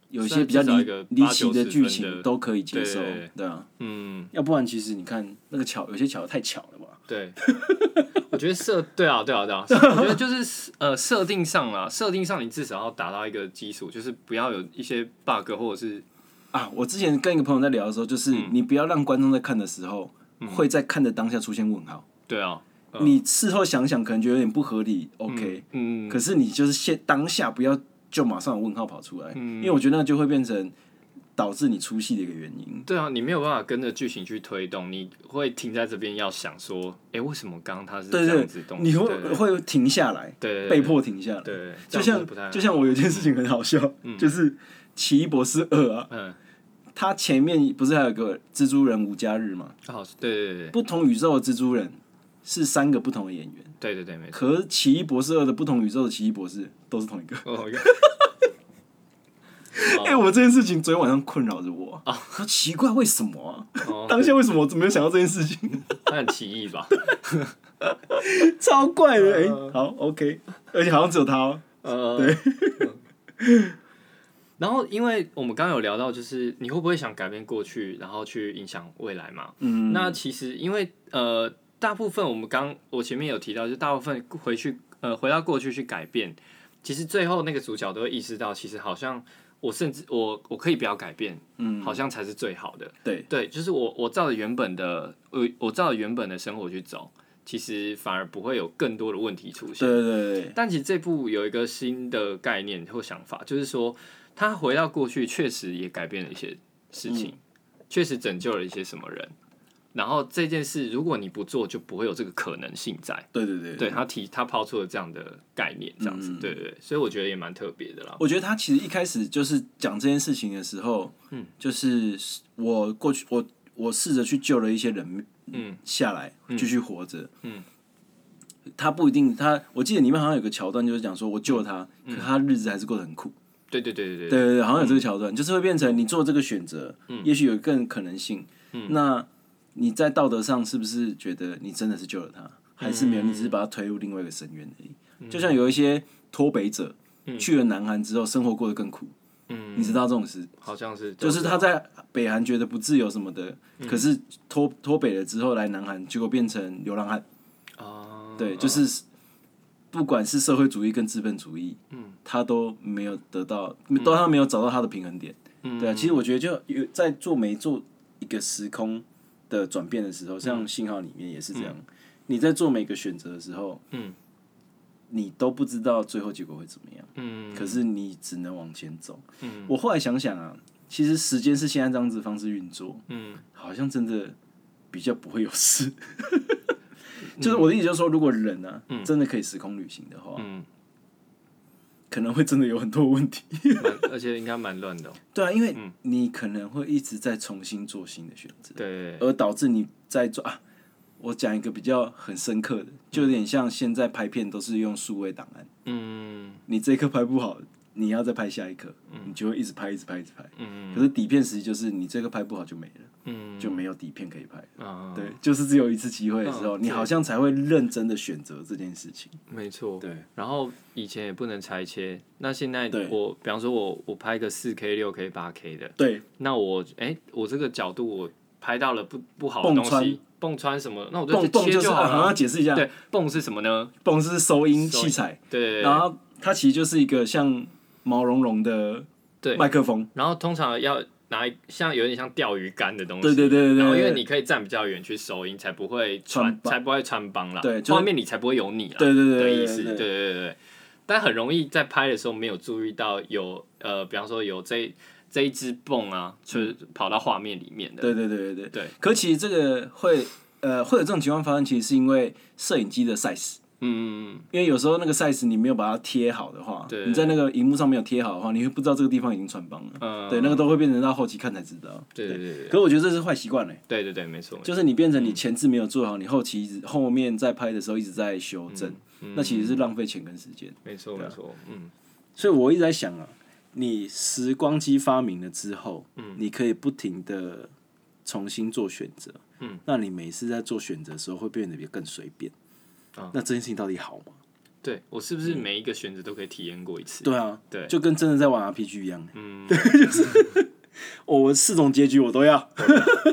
[SPEAKER 3] 有一些比较
[SPEAKER 2] 算嗯至少一
[SPEAKER 3] 离
[SPEAKER 2] 个
[SPEAKER 3] 离
[SPEAKER 2] 八
[SPEAKER 3] 奇
[SPEAKER 2] 九
[SPEAKER 3] 的
[SPEAKER 2] 十
[SPEAKER 3] 剧
[SPEAKER 2] 分
[SPEAKER 3] 情
[SPEAKER 2] 的
[SPEAKER 3] 都可以接受
[SPEAKER 2] 对对对，
[SPEAKER 3] 对啊，
[SPEAKER 2] 嗯，
[SPEAKER 3] 要不然其实你看那个巧，有些巧得太巧了吧？
[SPEAKER 2] 对，我觉得设对啊对啊对啊，我觉得就是呃设定上啦，设定上你至少要达到一个基础，就是不要有一些 bug 或者是
[SPEAKER 3] 啊，我之前跟一个朋友在聊的时候，就是
[SPEAKER 2] 嗯
[SPEAKER 3] 你不要让观众在看的时候。会在看的当下出现问号，
[SPEAKER 2] 对啊，
[SPEAKER 3] 你事后想想可能觉得有点不合理，OK，
[SPEAKER 2] 嗯，
[SPEAKER 3] 可是你就是现当下不要就马上有问号跑出来，
[SPEAKER 2] 嗯
[SPEAKER 3] 因为我觉得那就会变成导致你出戏的一个原因。
[SPEAKER 2] 对啊，你没有办法跟着剧情去推动，你会停在这边要想说，哎，为什么刚刚他是这
[SPEAKER 3] 对
[SPEAKER 2] 样
[SPEAKER 3] 对
[SPEAKER 2] 子动？
[SPEAKER 3] 你
[SPEAKER 2] 对
[SPEAKER 3] 会
[SPEAKER 2] 对
[SPEAKER 3] 会停下来，
[SPEAKER 2] 对
[SPEAKER 3] 被迫停下来。
[SPEAKER 2] 对，
[SPEAKER 3] 就像
[SPEAKER 2] 不太
[SPEAKER 3] 就像我有一件事情很好笑，就是《奇异博士二》啊，
[SPEAKER 2] 嗯，
[SPEAKER 3] 它前面不是还有个蜘蛛人无家日嘛？
[SPEAKER 2] 好，对对对
[SPEAKER 3] 不同宇宙的蜘蛛人是三个不同的演员，
[SPEAKER 2] 对对对，没错，
[SPEAKER 3] 可是《奇异博士二》的不同宇宙的奇异博士都是同一个。
[SPEAKER 2] 哦，
[SPEAKER 3] 哎、我这件事情昨天晚上困扰着我啊，我说奇怪为什么啊？
[SPEAKER 2] 哦
[SPEAKER 3] 当下为什么我没有想到这件事情？
[SPEAKER 2] 他很奇异 吧？
[SPEAKER 3] 超怪的，哎、
[SPEAKER 2] 嗯
[SPEAKER 3] 好，OK，而且好像只有他、哦，
[SPEAKER 2] 呃，对。 然后，因为我们刚刚有聊到，就是你会不会想改变过去，然后去影响未来嘛？
[SPEAKER 3] 嗯，
[SPEAKER 2] 那其实因为呃，大部分我们刚我前面有提到，就是大部分回去呃回到过去去改变，其实最后那个主角都会意识到，其实好像我甚至我我可以不要改变，
[SPEAKER 3] 嗯，
[SPEAKER 2] 好像才是最好的。
[SPEAKER 3] 对
[SPEAKER 2] 对，就是我我照着原本的我我照着原本的生活去走，其实反而不会有更多的问题出现。
[SPEAKER 3] 对对对对，
[SPEAKER 2] 但其实这部有一个新的概
[SPEAKER 3] 嗯
[SPEAKER 2] 念或想法，就是说他回到过去确实也改变了一些事情，确实拯救了一些什么人。然后这件事，如果你不做，就不会有这个可能性在。
[SPEAKER 3] 对对对嗯
[SPEAKER 2] 对他提他抛出了这样的概念，这样子，对对对，所以我觉得也蛮特别的啦。
[SPEAKER 3] 我觉得他其实一开始就是讲这件事情的时候，嗯，就是我过去我我试着去救了一些人，嗯，下来继续活着，嗯。他不一定，他我记得里面好像有个桥段，就是讲说我救了他，可他日子还是过得很苦。
[SPEAKER 2] 对对对对
[SPEAKER 3] 对，对对，好像有这个桥段，就是会变成你做这个选择，也许有更可能性。那你在道德上是不是觉得你真的是救了他，还是没有？你只是把他推入另外一个深渊而已。就像有一些脱北者去了南韩之后，生活过得更苦。
[SPEAKER 2] 嗯，
[SPEAKER 3] 你知道这种事，
[SPEAKER 2] 好像是，
[SPEAKER 3] 就是他在北韩觉得不自由什么的，可是脱脱北了之后来南韩，结果变成流浪汉。
[SPEAKER 2] 啊，
[SPEAKER 3] 对，就是不管是社会主义跟资本主义，嗯，他都没有得到，
[SPEAKER 2] 嗯
[SPEAKER 3] 都他没有找到他的平衡点。对啊，其实我觉得就有在做每做一个时空的转变的时候，
[SPEAKER 2] 嗯
[SPEAKER 3] 像信号里面也是这样，你在做每个选择的时候，
[SPEAKER 2] 嗯，
[SPEAKER 3] 你都不知道最后结果会怎么样，
[SPEAKER 2] 嗯
[SPEAKER 3] 可是你只能往前走。嗯，我后来想想啊，其实时间是现在这样子的方式运作，
[SPEAKER 2] 嗯，
[SPEAKER 3] 好像真的比较不会有事。就是我的意思，就是说，如果人呢、啊，真的可以时空旅行的话，
[SPEAKER 2] 嗯，
[SPEAKER 3] 可能会真的有很多问题。
[SPEAKER 2] 蛮而且应该蛮乱 的哦。
[SPEAKER 3] 对啊，因为你可能会一直在重新做新的选择，
[SPEAKER 2] 对，
[SPEAKER 3] 而导致你在做啊。我讲一个比较很深刻的，就有点像现在拍片都是用数位档案，
[SPEAKER 2] 嗯
[SPEAKER 3] 你这一颗拍不好，你要再拍下一颗，你就会一直拍，一直拍，一直拍。
[SPEAKER 2] 嗯
[SPEAKER 3] 可是底片实际就是你这个拍不好就没了，
[SPEAKER 2] 嗯
[SPEAKER 3] 就没有底片可以拍了。
[SPEAKER 2] 啊，
[SPEAKER 3] 对，就是只有一次机会的时候，
[SPEAKER 2] 嗯
[SPEAKER 3] 你好像才会认真的选择这件事情。
[SPEAKER 2] 没错。
[SPEAKER 3] 对，
[SPEAKER 2] 然后以前也不能裁切，那现在
[SPEAKER 3] 对
[SPEAKER 2] 我比方说我我拍个四 K、六 K、八 K 的，
[SPEAKER 3] 对，
[SPEAKER 2] 那我哎、我这个角度我拍到了不不好的
[SPEAKER 3] 蹦
[SPEAKER 2] 东
[SPEAKER 3] 穿
[SPEAKER 2] 西，蹦穿什么，那我就
[SPEAKER 3] 蹦
[SPEAKER 2] 直
[SPEAKER 3] 蹦
[SPEAKER 2] 切
[SPEAKER 3] 就是
[SPEAKER 2] 好
[SPEAKER 3] 啊，好
[SPEAKER 2] 了
[SPEAKER 3] 像。解释一下，
[SPEAKER 2] 对，蹦是什么呢？
[SPEAKER 3] 蹦是收音器材，
[SPEAKER 2] 对，
[SPEAKER 3] 然后它其实就是一个像毛茸茸的
[SPEAKER 2] 对
[SPEAKER 3] 麦克风，
[SPEAKER 2] 然后通常要拿一像有点像钓鱼竿的东西，
[SPEAKER 3] 对对对对对，
[SPEAKER 2] 然后因为
[SPEAKER 3] 对
[SPEAKER 2] 你可以站比较远去收音，才不会
[SPEAKER 3] 穿
[SPEAKER 2] 穿，
[SPEAKER 3] 帮
[SPEAKER 2] 才不会穿帮啦。
[SPEAKER 3] 对就是
[SPEAKER 2] 画面里才不会有你啦。
[SPEAKER 3] 对对对
[SPEAKER 2] 的
[SPEAKER 3] 对
[SPEAKER 2] 意
[SPEAKER 3] 对
[SPEAKER 2] 思，
[SPEAKER 3] 对
[SPEAKER 2] 对对对对。但很容易在拍的时候没有注意到有呃，比方说有这这一只泵啊，就是跑到画面里面的。
[SPEAKER 3] 对对对对对
[SPEAKER 2] 对。
[SPEAKER 3] 可其实这个会呃会有这种情况发生，其实是因为摄影机的 size。
[SPEAKER 2] 嗯嗯
[SPEAKER 3] 因为有时候那个 size 你没有把它贴好的话
[SPEAKER 2] 对，
[SPEAKER 3] 你在那个荧幕上没有贴好的话，你会不知道这个地方已经穿帮了。
[SPEAKER 2] 嗯
[SPEAKER 3] 对，那个都会变成到后期看才知道。
[SPEAKER 2] 对对对对嗯
[SPEAKER 3] 可是我觉得这是坏习惯嘞，
[SPEAKER 2] 对对对，没错。没错
[SPEAKER 3] 就是你变成你前置没有做好，你后期一直后面在拍的时候一直在修正，
[SPEAKER 2] 嗯
[SPEAKER 3] 那其实是浪费钱跟时间。
[SPEAKER 2] 没错没错，嗯，
[SPEAKER 3] 所以我一直在想啊，你时光机发明了之后，嗯，你可以不停的重新做选择，嗯，那你每次在做选择的时候会变得更随便，
[SPEAKER 2] 啊
[SPEAKER 3] 那这件事情到底好吗？
[SPEAKER 2] 对我是不是每一个选择都可以体验过一次？
[SPEAKER 3] 对啊，
[SPEAKER 2] 对
[SPEAKER 3] 就跟真的在玩 RPG 一样，
[SPEAKER 2] 嗯，
[SPEAKER 3] 哦 我四种结局我都
[SPEAKER 2] 哦
[SPEAKER 3] 要，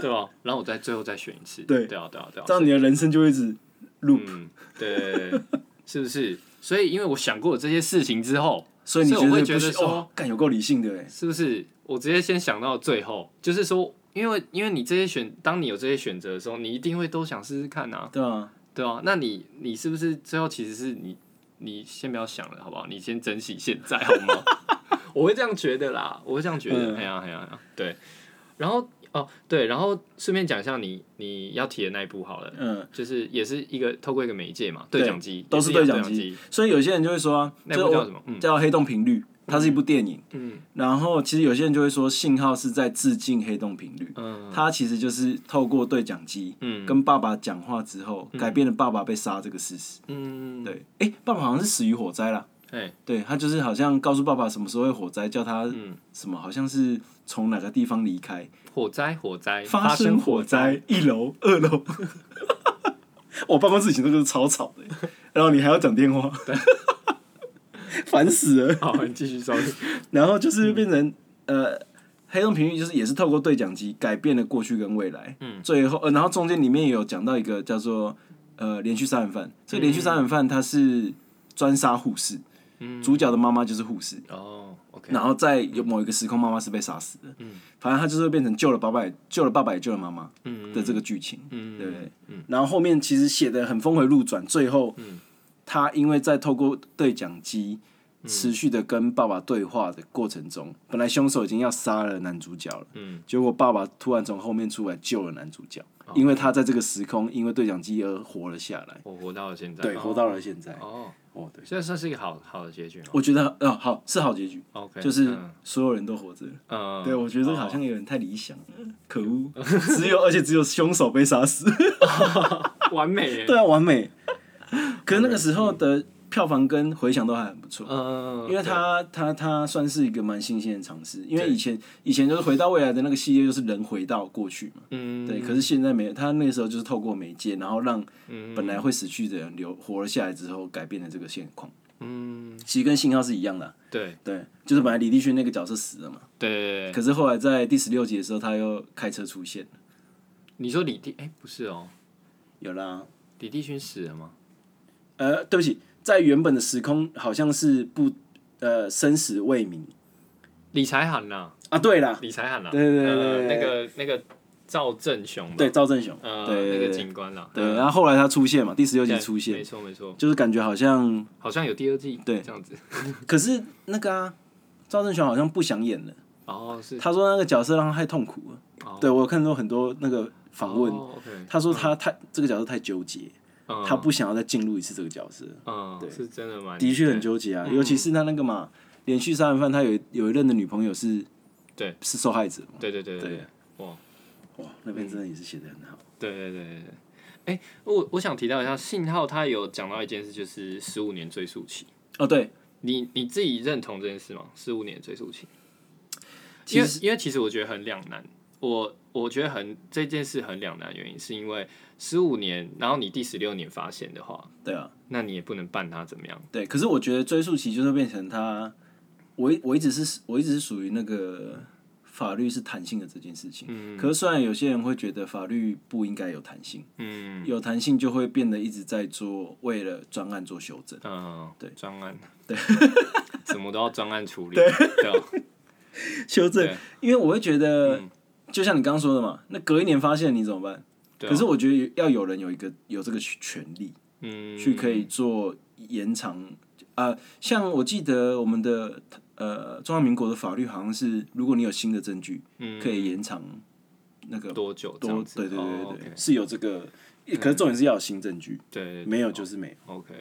[SPEAKER 2] 对吧？然后我再最后再选一次。
[SPEAKER 3] 对
[SPEAKER 2] 对啊对啊对啊
[SPEAKER 3] 这。样你的人生就会一直 loop，、
[SPEAKER 2] 嗯，对，是不是？所以因为我想过这些事情之后，
[SPEAKER 3] 所以你
[SPEAKER 2] 所以我会
[SPEAKER 3] 觉
[SPEAKER 2] 觉得
[SPEAKER 3] 不行
[SPEAKER 2] 说
[SPEAKER 3] 哦，干有够理性的哎，
[SPEAKER 2] 是不是？我直接先想到最后，就是说，因为因为你这些选，当你有这些选择的时候，你一定会都想试试看啊，
[SPEAKER 3] 对啊，
[SPEAKER 2] 对啊，那你你是不是最后其实是你你先不要想了，好不好？你先珍惜现在，好吗？ 我会这样觉得啦，我会这样觉得。
[SPEAKER 3] 嗯
[SPEAKER 2] 哎呀哎呀，哎呀对。然后哦对，然后顺便讲一下你你要提的那一部好了，
[SPEAKER 3] 嗯。
[SPEAKER 2] 就是也是一个透过一个媒介嘛，
[SPEAKER 3] 对
[SPEAKER 2] 对讲机
[SPEAKER 3] 都是
[SPEAKER 2] 也一
[SPEAKER 3] 对
[SPEAKER 2] 样
[SPEAKER 3] 讲机，所以有些人就会说、啊，
[SPEAKER 2] 那部
[SPEAKER 3] 这
[SPEAKER 2] 叫
[SPEAKER 3] 我
[SPEAKER 2] 什么嗯
[SPEAKER 3] 叫《黑洞频率》，它是一部电影。
[SPEAKER 2] 嗯
[SPEAKER 3] 然后其实有些人就会说，信号是在致敬《黑洞频率》
[SPEAKER 2] 嗯
[SPEAKER 3] 它其实就是透过对讲机
[SPEAKER 2] 嗯
[SPEAKER 3] 跟爸爸讲话之后，改变了爸爸被杀这个事实。
[SPEAKER 2] 嗯，
[SPEAKER 3] 对，哎、爸爸好像是死于火灾啦。
[SPEAKER 2] 哎
[SPEAKER 3] 对他就是好像告诉爸爸什么时候会火灾，叫他
[SPEAKER 2] 嗯
[SPEAKER 3] 什么，好像是从哪个地方离开。
[SPEAKER 2] 火灾火灾
[SPEAKER 3] 发生火灾，一楼、二楼。 我办公室以前都是超吵的，然后你还要讲电话，烦死了。
[SPEAKER 2] 好，你继续说。
[SPEAKER 3] 然后就是变成、呃，黑洞频率就是也是透过对讲机改变了过去跟未来。嗯，最后呃，然后中间里面也有讲到一个叫做呃连续杀人犯，这个连续杀人犯他是专杀护士，主角的妈妈就是护士，
[SPEAKER 2] 哦，OK，
[SPEAKER 3] 然后在有某一个时空，妈妈是被杀死的。
[SPEAKER 2] 嗯
[SPEAKER 3] 反正他就是会变成救了爸爸也，救了爸爸也救了妈妈
[SPEAKER 2] 嗯
[SPEAKER 3] 的这个剧情，对不对？然后后面
[SPEAKER 2] 嗯
[SPEAKER 3] 其实写的很峰回路转，最后他因为在透过对讲机
[SPEAKER 2] 嗯
[SPEAKER 3] 持续的跟爸爸对话的过程中，本来凶手已经要杀了男主角了，
[SPEAKER 2] 嗯，哦
[SPEAKER 3] 结果爸爸突然从后面出来救了男主角，因为他在这个时空因为对讲机而活了下来，
[SPEAKER 2] 我活到了现在，
[SPEAKER 3] 对，
[SPEAKER 2] 哦
[SPEAKER 3] 活到了现在。
[SPEAKER 2] 哦，
[SPEAKER 3] 哦，对，
[SPEAKER 2] 所以算是一个好好的结局嘛。
[SPEAKER 3] 我觉得嗯好是好结局，
[SPEAKER 2] OK，
[SPEAKER 3] 就是
[SPEAKER 2] 嗯
[SPEAKER 3] 所有人都活着。
[SPEAKER 2] 嗯，
[SPEAKER 3] 对，我觉得这个好像有点太理想了，可恶！只有而且只有凶手被杀死，
[SPEAKER 2] 完美耶，
[SPEAKER 3] 对啊，完美。可是那个时候的票房跟回响都还很不错，
[SPEAKER 2] 嗯，
[SPEAKER 3] 因为它它它算是一个蛮新鲜的尝试，因为以前以前就是回到未来的那个系列就是人回到过去嘛，
[SPEAKER 2] 嗯，
[SPEAKER 3] 对。可是现在没，他那个时候就是透过媒介，然后让
[SPEAKER 2] 嗯
[SPEAKER 3] 本来会死去的人留活了下来之后，改变了这个现况。
[SPEAKER 2] 嗯，
[SPEAKER 3] 其实跟信号是一样的啊、
[SPEAKER 2] 对
[SPEAKER 3] 对，就是本来李立勋那个角色死了嘛，
[SPEAKER 2] 对对对
[SPEAKER 3] 可
[SPEAKER 2] 对，
[SPEAKER 3] 是后来在第十六集的时候他又开车出现了，
[SPEAKER 2] 你说李帝哎不是哦，
[SPEAKER 3] 有啦，
[SPEAKER 2] 李帝勋死了吗？
[SPEAKER 3] 呃，对不起，在原本的时空好像是不呃生死未明
[SPEAKER 2] 李才涵呐，
[SPEAKER 3] 啊，对啦，
[SPEAKER 2] 李才涵呐，
[SPEAKER 3] 对对对
[SPEAKER 2] 呃
[SPEAKER 3] 对对
[SPEAKER 2] 那个那个赵正雄吧，
[SPEAKER 3] 对赵正雄，
[SPEAKER 2] 呃，
[SPEAKER 3] 对
[SPEAKER 2] 那
[SPEAKER 3] 对
[SPEAKER 2] 个
[SPEAKER 3] 对
[SPEAKER 2] 警官啦，
[SPEAKER 3] 对，
[SPEAKER 2] 嗯，
[SPEAKER 3] 然后后来他出现嘛，第十六集
[SPEAKER 2] 对
[SPEAKER 3] 出
[SPEAKER 2] 没
[SPEAKER 3] 现，
[SPEAKER 2] 错没错，
[SPEAKER 3] 就是感觉好像，
[SPEAKER 2] 好像有第二季，
[SPEAKER 3] 对
[SPEAKER 2] 这样子，
[SPEAKER 3] 可是那个啊，赵正雄好像不想演了，
[SPEAKER 2] 哦是，
[SPEAKER 3] 他说那个角色让他太痛苦了，
[SPEAKER 2] 哦
[SPEAKER 3] 对我有看到很多那个访问，
[SPEAKER 2] 哦，OK，
[SPEAKER 3] 他说他太这个角色太纠结，
[SPEAKER 2] 嗯
[SPEAKER 3] 他不想要再进入一次这个角色，
[SPEAKER 2] 嗯是真的蛮
[SPEAKER 3] 的确很纠结啊，尤其是他那个嘛，连续杀人犯，他有一有一任的女朋友是，
[SPEAKER 2] 对，
[SPEAKER 3] 是受害者嘛，
[SPEAKER 2] 对对对对
[SPEAKER 3] 对
[SPEAKER 2] 对，哇。
[SPEAKER 3] 哇，那边真的也是写的很好，
[SPEAKER 2] 对对对对对。哎、我我想提到一下，信号他有讲到一件事，就是十五年追溯期。
[SPEAKER 3] 哦对，
[SPEAKER 2] 你你自己认同这件事吗？十五年追溯期，因
[SPEAKER 3] 其
[SPEAKER 2] 为
[SPEAKER 3] 实
[SPEAKER 2] 因为其实我觉得很两难。我我觉得很这件事很两难，的原因是因为十五年，然后你第十六年发现的话，
[SPEAKER 3] 对啊，
[SPEAKER 2] 那你也不能办他怎么样。
[SPEAKER 3] 对，可是我觉得追溯期就是变成他，我一我一直是我一直是属于那个法律是弹性的这件事情。
[SPEAKER 2] 嗯
[SPEAKER 3] 可是虽然有些人会觉得法律不应该有弹性，
[SPEAKER 2] 嗯
[SPEAKER 3] 有弹性就会变得一直在做为了专案做修正。
[SPEAKER 2] 嗯，
[SPEAKER 3] 对
[SPEAKER 2] 专案，对， 什么都要专案处理，对 啊，
[SPEAKER 3] 修
[SPEAKER 2] 对，嗯
[SPEAKER 3] 因为我会觉得，就像你刚刚说的嘛，那隔一年发现你怎么办？
[SPEAKER 2] 对啊
[SPEAKER 3] 可是我觉得要有人有一个有这个权利
[SPEAKER 2] 嗯，
[SPEAKER 3] 去可以做延长。呃，像我记得我们的呃中华民国的法律好像是，如果你有新的证据，
[SPEAKER 2] 嗯
[SPEAKER 3] 可以延长那个
[SPEAKER 2] 多久这
[SPEAKER 3] 多，
[SPEAKER 2] 样子？
[SPEAKER 3] 对对对
[SPEAKER 2] 哦
[SPEAKER 3] 对
[SPEAKER 2] ，OK
[SPEAKER 3] 对，是有这个，可是重点是要有新证据，
[SPEAKER 2] 对对，对哦
[SPEAKER 3] 没有就是没有。
[SPEAKER 2] OK，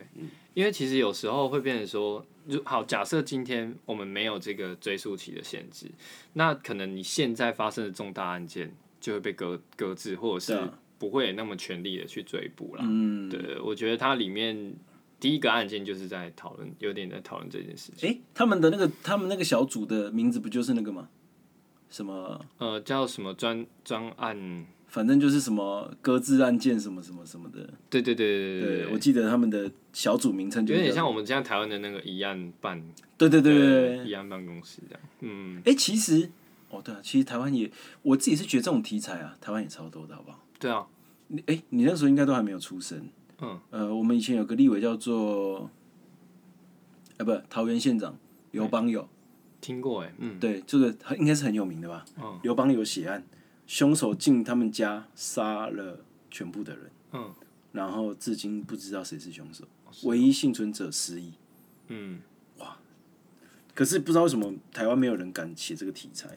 [SPEAKER 2] 因为
[SPEAKER 3] 嗯
[SPEAKER 2] 其实有时候会变成说，如好，假设今天我们没有这个追溯期的限制，那可能你现在发生的重大案件就会被搁搁置，或者
[SPEAKER 3] 对
[SPEAKER 2] 是
[SPEAKER 3] 啊
[SPEAKER 2] 不会那么全力的去追捕啦。
[SPEAKER 3] 嗯，
[SPEAKER 2] 对，我觉得它里面第一个案件就是在讨论，有点在讨论这件事情。
[SPEAKER 3] 诶，他们的那个他们那个小组的名字不就是那个吗？什么，
[SPEAKER 2] 呃，叫什么专专案？
[SPEAKER 3] 反正就是什么搁置案件什么什么什么的。
[SPEAKER 2] 对对对对对
[SPEAKER 3] 对，
[SPEAKER 2] 对
[SPEAKER 3] 我记得他们的小组名称就
[SPEAKER 2] 有点
[SPEAKER 3] 叫
[SPEAKER 2] 像我们现在台湾的那个疑案办，
[SPEAKER 3] 对对对对对。
[SPEAKER 2] 疑案办公室这样。嗯，
[SPEAKER 3] 诶，其实哦对啊，其实台湾也，我自己是觉得这种题材啊，台湾也超多的，好不好？
[SPEAKER 2] 对啊，
[SPEAKER 3] 你哎、你那时候应该都还没有出生。
[SPEAKER 2] 嗯。
[SPEAKER 3] 呃，我们以前有个立委叫做，啊，不，桃园县长刘邦友，
[SPEAKER 2] 听过哎，嗯，
[SPEAKER 3] 对，这个很应该是很有名的吧？
[SPEAKER 2] 嗯
[SPEAKER 3] 刘邦友血案，凶手进他们家杀了全部的人，
[SPEAKER 2] 嗯，哦
[SPEAKER 3] 然后至今不知道谁是凶手，唯一幸存者失忆。
[SPEAKER 2] 嗯。
[SPEAKER 3] 可是不知道为什么台湾没有人敢写这个题材。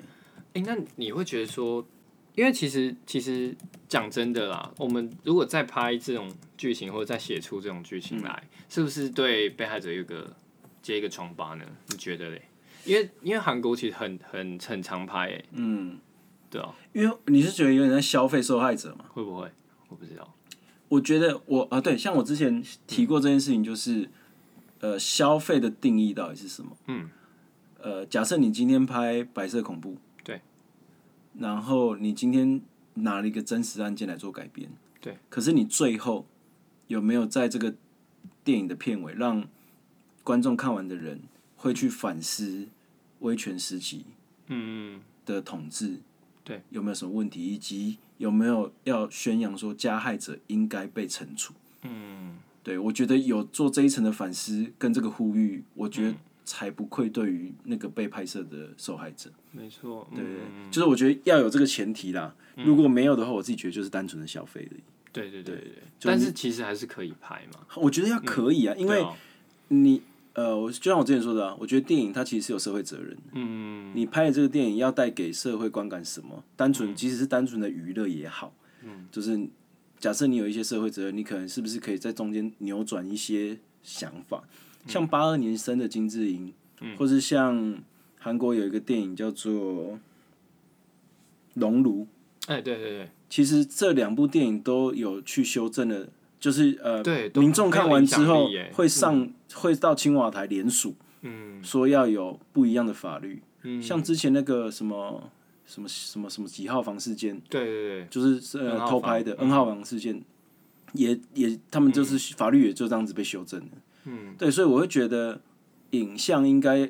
[SPEAKER 2] 哎、那你会觉得说，因为其实其实讲真的啦，我们如果再拍这种剧情，或者再写出这种剧
[SPEAKER 3] 嗯
[SPEAKER 2] 情来，是不是对被害者有一个接一个疮疤呢？你觉得嘞？因为因为韩国其实很很很常拍、欸，
[SPEAKER 3] 嗯，
[SPEAKER 2] 对啊，
[SPEAKER 3] 因为你是觉得有点在消费受害者嘛？
[SPEAKER 2] 会不会？我不知道，
[SPEAKER 3] 我觉得我啊，对，像我之前提过这件事情，就是呃，消费的定义到底是什么？
[SPEAKER 2] 嗯，
[SPEAKER 3] 呃，假设你今天拍白色恐怖，
[SPEAKER 2] 对，
[SPEAKER 3] 然后你今天拿了一个真实案件来做改编，
[SPEAKER 2] 对，
[SPEAKER 3] 可是你最后有没有在这个电影的片尾让观众看完的人会去反思威权时期
[SPEAKER 2] 嗯，
[SPEAKER 3] 的统治，
[SPEAKER 2] 对，
[SPEAKER 3] 有没有什么问题，以及有没有要宣扬说加害者应该被惩处？
[SPEAKER 2] 嗯，
[SPEAKER 3] 对我觉得有做这一层的反思跟这个呼吁，我觉
[SPEAKER 2] 嗯
[SPEAKER 3] 得才不愧对于那个被拍摄的受害者。
[SPEAKER 2] 没错，
[SPEAKER 3] 对对，
[SPEAKER 2] 嗯
[SPEAKER 3] 就是我觉得要有这个前提啦。如果没有的话，我自己觉得就是单纯的消费而已。
[SPEAKER 2] 对对对对对
[SPEAKER 3] 就
[SPEAKER 2] 但
[SPEAKER 3] 你
[SPEAKER 2] 是其实还是可以拍嘛，
[SPEAKER 3] 我觉得要可以啊，因
[SPEAKER 2] 嗯对
[SPEAKER 3] 为
[SPEAKER 2] 啊
[SPEAKER 3] 你呃，我就像我之前说的啊，我觉得电影它其实是有社会责任的。
[SPEAKER 2] 嗯，
[SPEAKER 3] 你拍的这个电影要带给社会观感什么？单纯，即使是单纯的娱乐也好，嗯，就是假设你有一些社会责任，你可能是不是可以在中间扭转一些想法？像八二年生的金智英，或是像韩国有一个电影叫做《熔炉》，
[SPEAKER 2] 哎，对对对，
[SPEAKER 3] 其实这两部电影都有去修正了，就是呃，
[SPEAKER 2] 对都
[SPEAKER 3] 民众看完之
[SPEAKER 2] 很有
[SPEAKER 3] 后
[SPEAKER 2] 影响力耶
[SPEAKER 3] 会上、会到青瓦台联署，
[SPEAKER 2] 嗯
[SPEAKER 3] 说要有不一样的法律，
[SPEAKER 2] 嗯，
[SPEAKER 3] 像之前那个什么什么什么什么几号房事件，
[SPEAKER 2] 对对对，
[SPEAKER 3] 就是
[SPEAKER 2] 嗯
[SPEAKER 3] 呃
[SPEAKER 2] 号
[SPEAKER 3] 偷
[SPEAKER 2] 房
[SPEAKER 3] 拍的
[SPEAKER 2] 嗯
[SPEAKER 3] N 号房事件，也也他们就是、法律也就这样子被修正了。
[SPEAKER 2] 嗯，
[SPEAKER 3] 对，所以我会觉得影像应该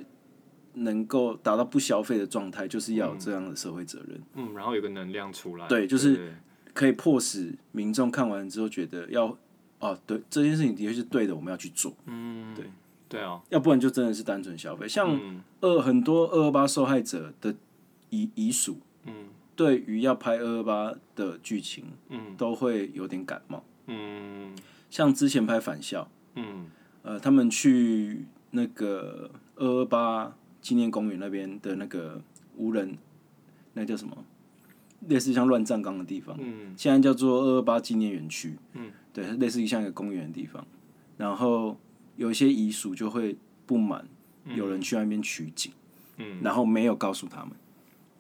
[SPEAKER 3] 能够达到不消费的状态，就是要有这样的社会责任，
[SPEAKER 2] 嗯，然后有个能量出来，
[SPEAKER 3] 对就是
[SPEAKER 2] 对
[SPEAKER 3] 可以迫使民众看完之后觉得要哦，对这件事情的确是对的，我们要去做，
[SPEAKER 2] 嗯，对对啊，
[SPEAKER 3] 要不然就真的是单纯消费。像
[SPEAKER 2] 嗯
[SPEAKER 3] 二很多二二八受害者的遗遗属，
[SPEAKER 2] 嗯
[SPEAKER 3] 对于要拍二二八的剧情
[SPEAKER 2] 嗯
[SPEAKER 3] 都会有点感冒，
[SPEAKER 2] 嗯
[SPEAKER 3] 像之前拍返校。
[SPEAKER 2] 嗯
[SPEAKER 3] 呃，他们去那个二二八纪念公园那边的那个无人，那叫什么？类似像乱葬岗的地方，
[SPEAKER 2] 嗯
[SPEAKER 3] 现在叫做二二八纪念园区。
[SPEAKER 2] 嗯，
[SPEAKER 3] 对，类似于像一个公园的地方。然后有一些遗属就会不满，有人去那边取景，
[SPEAKER 2] 嗯，
[SPEAKER 3] 然后没有告诉他们。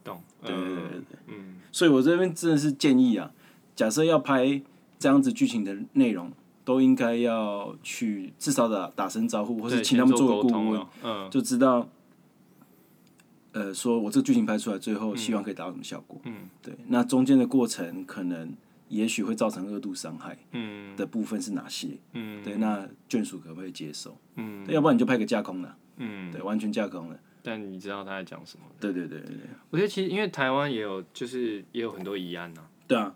[SPEAKER 2] 懂，
[SPEAKER 3] 对对对对
[SPEAKER 2] 呃嗯
[SPEAKER 3] 所以我这边真的是建议啊，假设要拍这样子剧情的内容，都应该要去至少打打声招呼，或
[SPEAKER 2] 对
[SPEAKER 3] 是请
[SPEAKER 2] 先
[SPEAKER 3] 他们
[SPEAKER 2] 做
[SPEAKER 3] 做个
[SPEAKER 2] 沟
[SPEAKER 3] 顾
[SPEAKER 2] 通
[SPEAKER 3] 问
[SPEAKER 2] 了，嗯
[SPEAKER 3] 就知道，呃，说我这个剧情拍出来，最后希望可以达到什么效果。
[SPEAKER 2] 嗯
[SPEAKER 3] 对，那中间的过程可能也许会造成二度伤害
[SPEAKER 2] 嗯
[SPEAKER 3] 的部分是哪些？
[SPEAKER 2] 嗯
[SPEAKER 3] 对，那眷属可不可以接受？
[SPEAKER 2] 嗯
[SPEAKER 3] 对要不然你就拍个架空了，
[SPEAKER 2] 嗯，
[SPEAKER 3] 对，完全架空了。
[SPEAKER 2] 但你知道他在讲什么？
[SPEAKER 3] 对对对对对，
[SPEAKER 2] 我觉得其实因为台湾也有，就是也有很多疑案呐、
[SPEAKER 3] 对啊，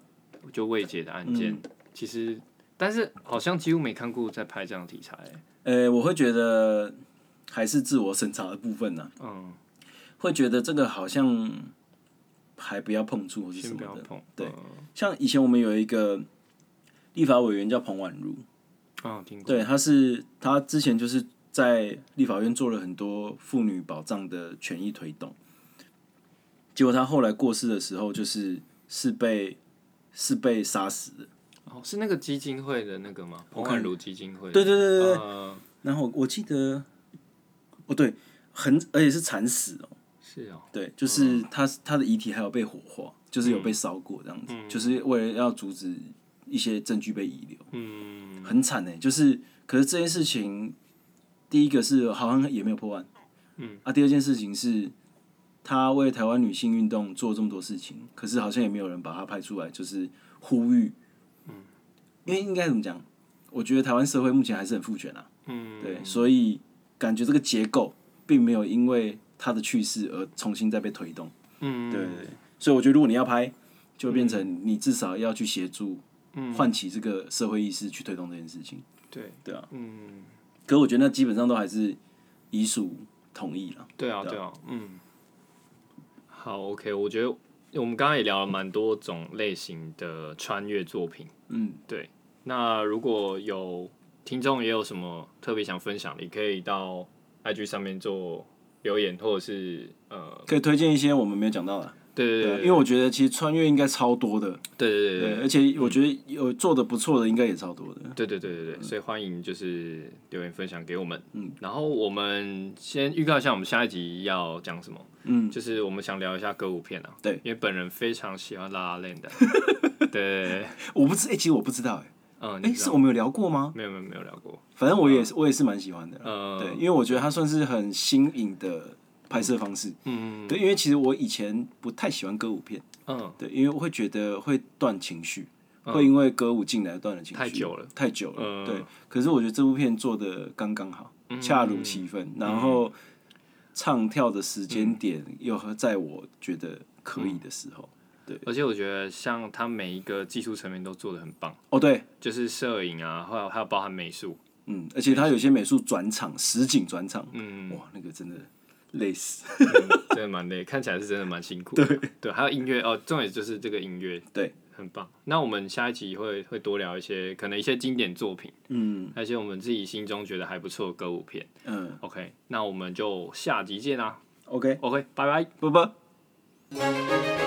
[SPEAKER 2] 就未解的案
[SPEAKER 3] 嗯
[SPEAKER 2] 件，其实但是好像几乎没看过在拍这样的题材、欸
[SPEAKER 3] 呃，我会觉得还是自我审查的部分呢、
[SPEAKER 2] 嗯，
[SPEAKER 3] 会觉得这个好像还不要碰触或是什
[SPEAKER 2] 先
[SPEAKER 3] 么
[SPEAKER 2] 不要
[SPEAKER 3] 的。
[SPEAKER 2] 碰。
[SPEAKER 3] 对
[SPEAKER 2] 嗯，
[SPEAKER 3] 像以前我们有一个立法委员叫彭婉如，
[SPEAKER 2] 啊，听过。
[SPEAKER 3] 对，他是他之前就是在立法院做了很多妇女保障的权益推动，结果他后来过世的时候，就是是被是被杀死的。
[SPEAKER 2] 哦，是那个基金会的那个吗？彭
[SPEAKER 3] 看
[SPEAKER 2] 婉如基金会。
[SPEAKER 3] 对对对对对。
[SPEAKER 2] 呃，
[SPEAKER 3] 然后我记得，哦对，很而且是惨死哦，
[SPEAKER 2] 是哦，
[SPEAKER 3] 对，就是他他的遗体还有被火化，就是有
[SPEAKER 2] 嗯
[SPEAKER 3] 被烧过这样子，就是为了要阻止一些证据被遗留。
[SPEAKER 2] 嗯
[SPEAKER 3] 很惨呢、就是可是这件事情，第一个是好像也没有破案，
[SPEAKER 2] 嗯，
[SPEAKER 3] 啊，第二件事情是他为台湾女性运动做这么多事情，可是好像也没有人把他拍出来，就是呼吁，嗯，因为应该怎么讲？我觉得台湾社会目前还是很父权啊，
[SPEAKER 2] 嗯，
[SPEAKER 3] 对，所以感觉这个结构并没有因为他的去世而重新再被推动，
[SPEAKER 2] 嗯，
[SPEAKER 3] 对对对，所以我觉得如果你要拍，就变成你至少要去协助。唤起这个社会意识去推动这件事情。
[SPEAKER 2] 对
[SPEAKER 3] 对啊，
[SPEAKER 2] 嗯，
[SPEAKER 3] 可我觉得那基本上都还是遗属同意了。
[SPEAKER 2] 对啊，对啊，嗯，好，OK，我觉得我们刚刚也聊了蛮多种类型的穿越作品。
[SPEAKER 3] 嗯，
[SPEAKER 2] 对，那如果有听众也有什么特别想分享的，也可以到 IG 上面做留言，或者是呃，
[SPEAKER 3] 可以推荐一些我们没有讲到的，
[SPEAKER 2] 对对对
[SPEAKER 3] 啊因为我觉得其实穿越应该超多的，
[SPEAKER 2] 对对对
[SPEAKER 3] 对，而且我觉得有做的不错的应该也超多的。
[SPEAKER 2] 对对对对对，所以欢迎就是留言分享给我们。
[SPEAKER 3] 嗯，
[SPEAKER 2] 然后我们先预告一下我们下一集要讲什么，
[SPEAKER 3] 嗯，
[SPEAKER 2] 就是我们想聊一下歌舞片啊。
[SPEAKER 3] 对
[SPEAKER 2] 因为本人非常喜欢拉拉链 的。对，
[SPEAKER 3] 我不知，哎、其实我不知道、哎，
[SPEAKER 2] 嗯，
[SPEAKER 3] 哎，
[SPEAKER 2] 你知
[SPEAKER 3] 是
[SPEAKER 2] 道
[SPEAKER 3] 我们有聊过吗？
[SPEAKER 2] 没有没有没有聊过。
[SPEAKER 3] 反正我也是，我也是蛮喜欢的啦。
[SPEAKER 2] 嗯
[SPEAKER 3] 对，因为我觉得它算是很新颖的拍摄方式。
[SPEAKER 2] 嗯
[SPEAKER 3] 对，因为其实我以前不太喜欢歌舞片，
[SPEAKER 2] 嗯
[SPEAKER 3] 对，因为我会觉得会断情绪，会因为歌舞进来断了情绪，
[SPEAKER 2] 太久了，
[SPEAKER 3] 太久了，
[SPEAKER 2] 嗯
[SPEAKER 3] 对。可是我觉得这部片做的刚刚好，恰如其分，
[SPEAKER 2] 嗯
[SPEAKER 3] 然后唱跳的时间点又和在我觉得可以的时候，
[SPEAKER 2] 嗯而且我觉得像他每一个技术层面都做的很棒。
[SPEAKER 3] 哦对，
[SPEAKER 2] 就是摄影啊，还有还有包含美术，
[SPEAKER 3] 嗯，而且他有些美术转场、实景转场，
[SPEAKER 2] 嗯，
[SPEAKER 3] 哇，那个真的累死，
[SPEAKER 2] 真的蛮累，看起来是真的蛮辛苦的。对，还有音乐哦，重点就是这个音乐，
[SPEAKER 3] 对，
[SPEAKER 2] 很棒。那我们下一集会会多聊一些可能一些经典作品，
[SPEAKER 3] 嗯
[SPEAKER 2] 而且我们自己心中觉得还不错的歌舞片。
[SPEAKER 3] 嗯
[SPEAKER 2] OK，那我们就下集见啦。
[SPEAKER 3] ，OK，
[SPEAKER 2] OK，拜拜。
[SPEAKER 3] 拜拜。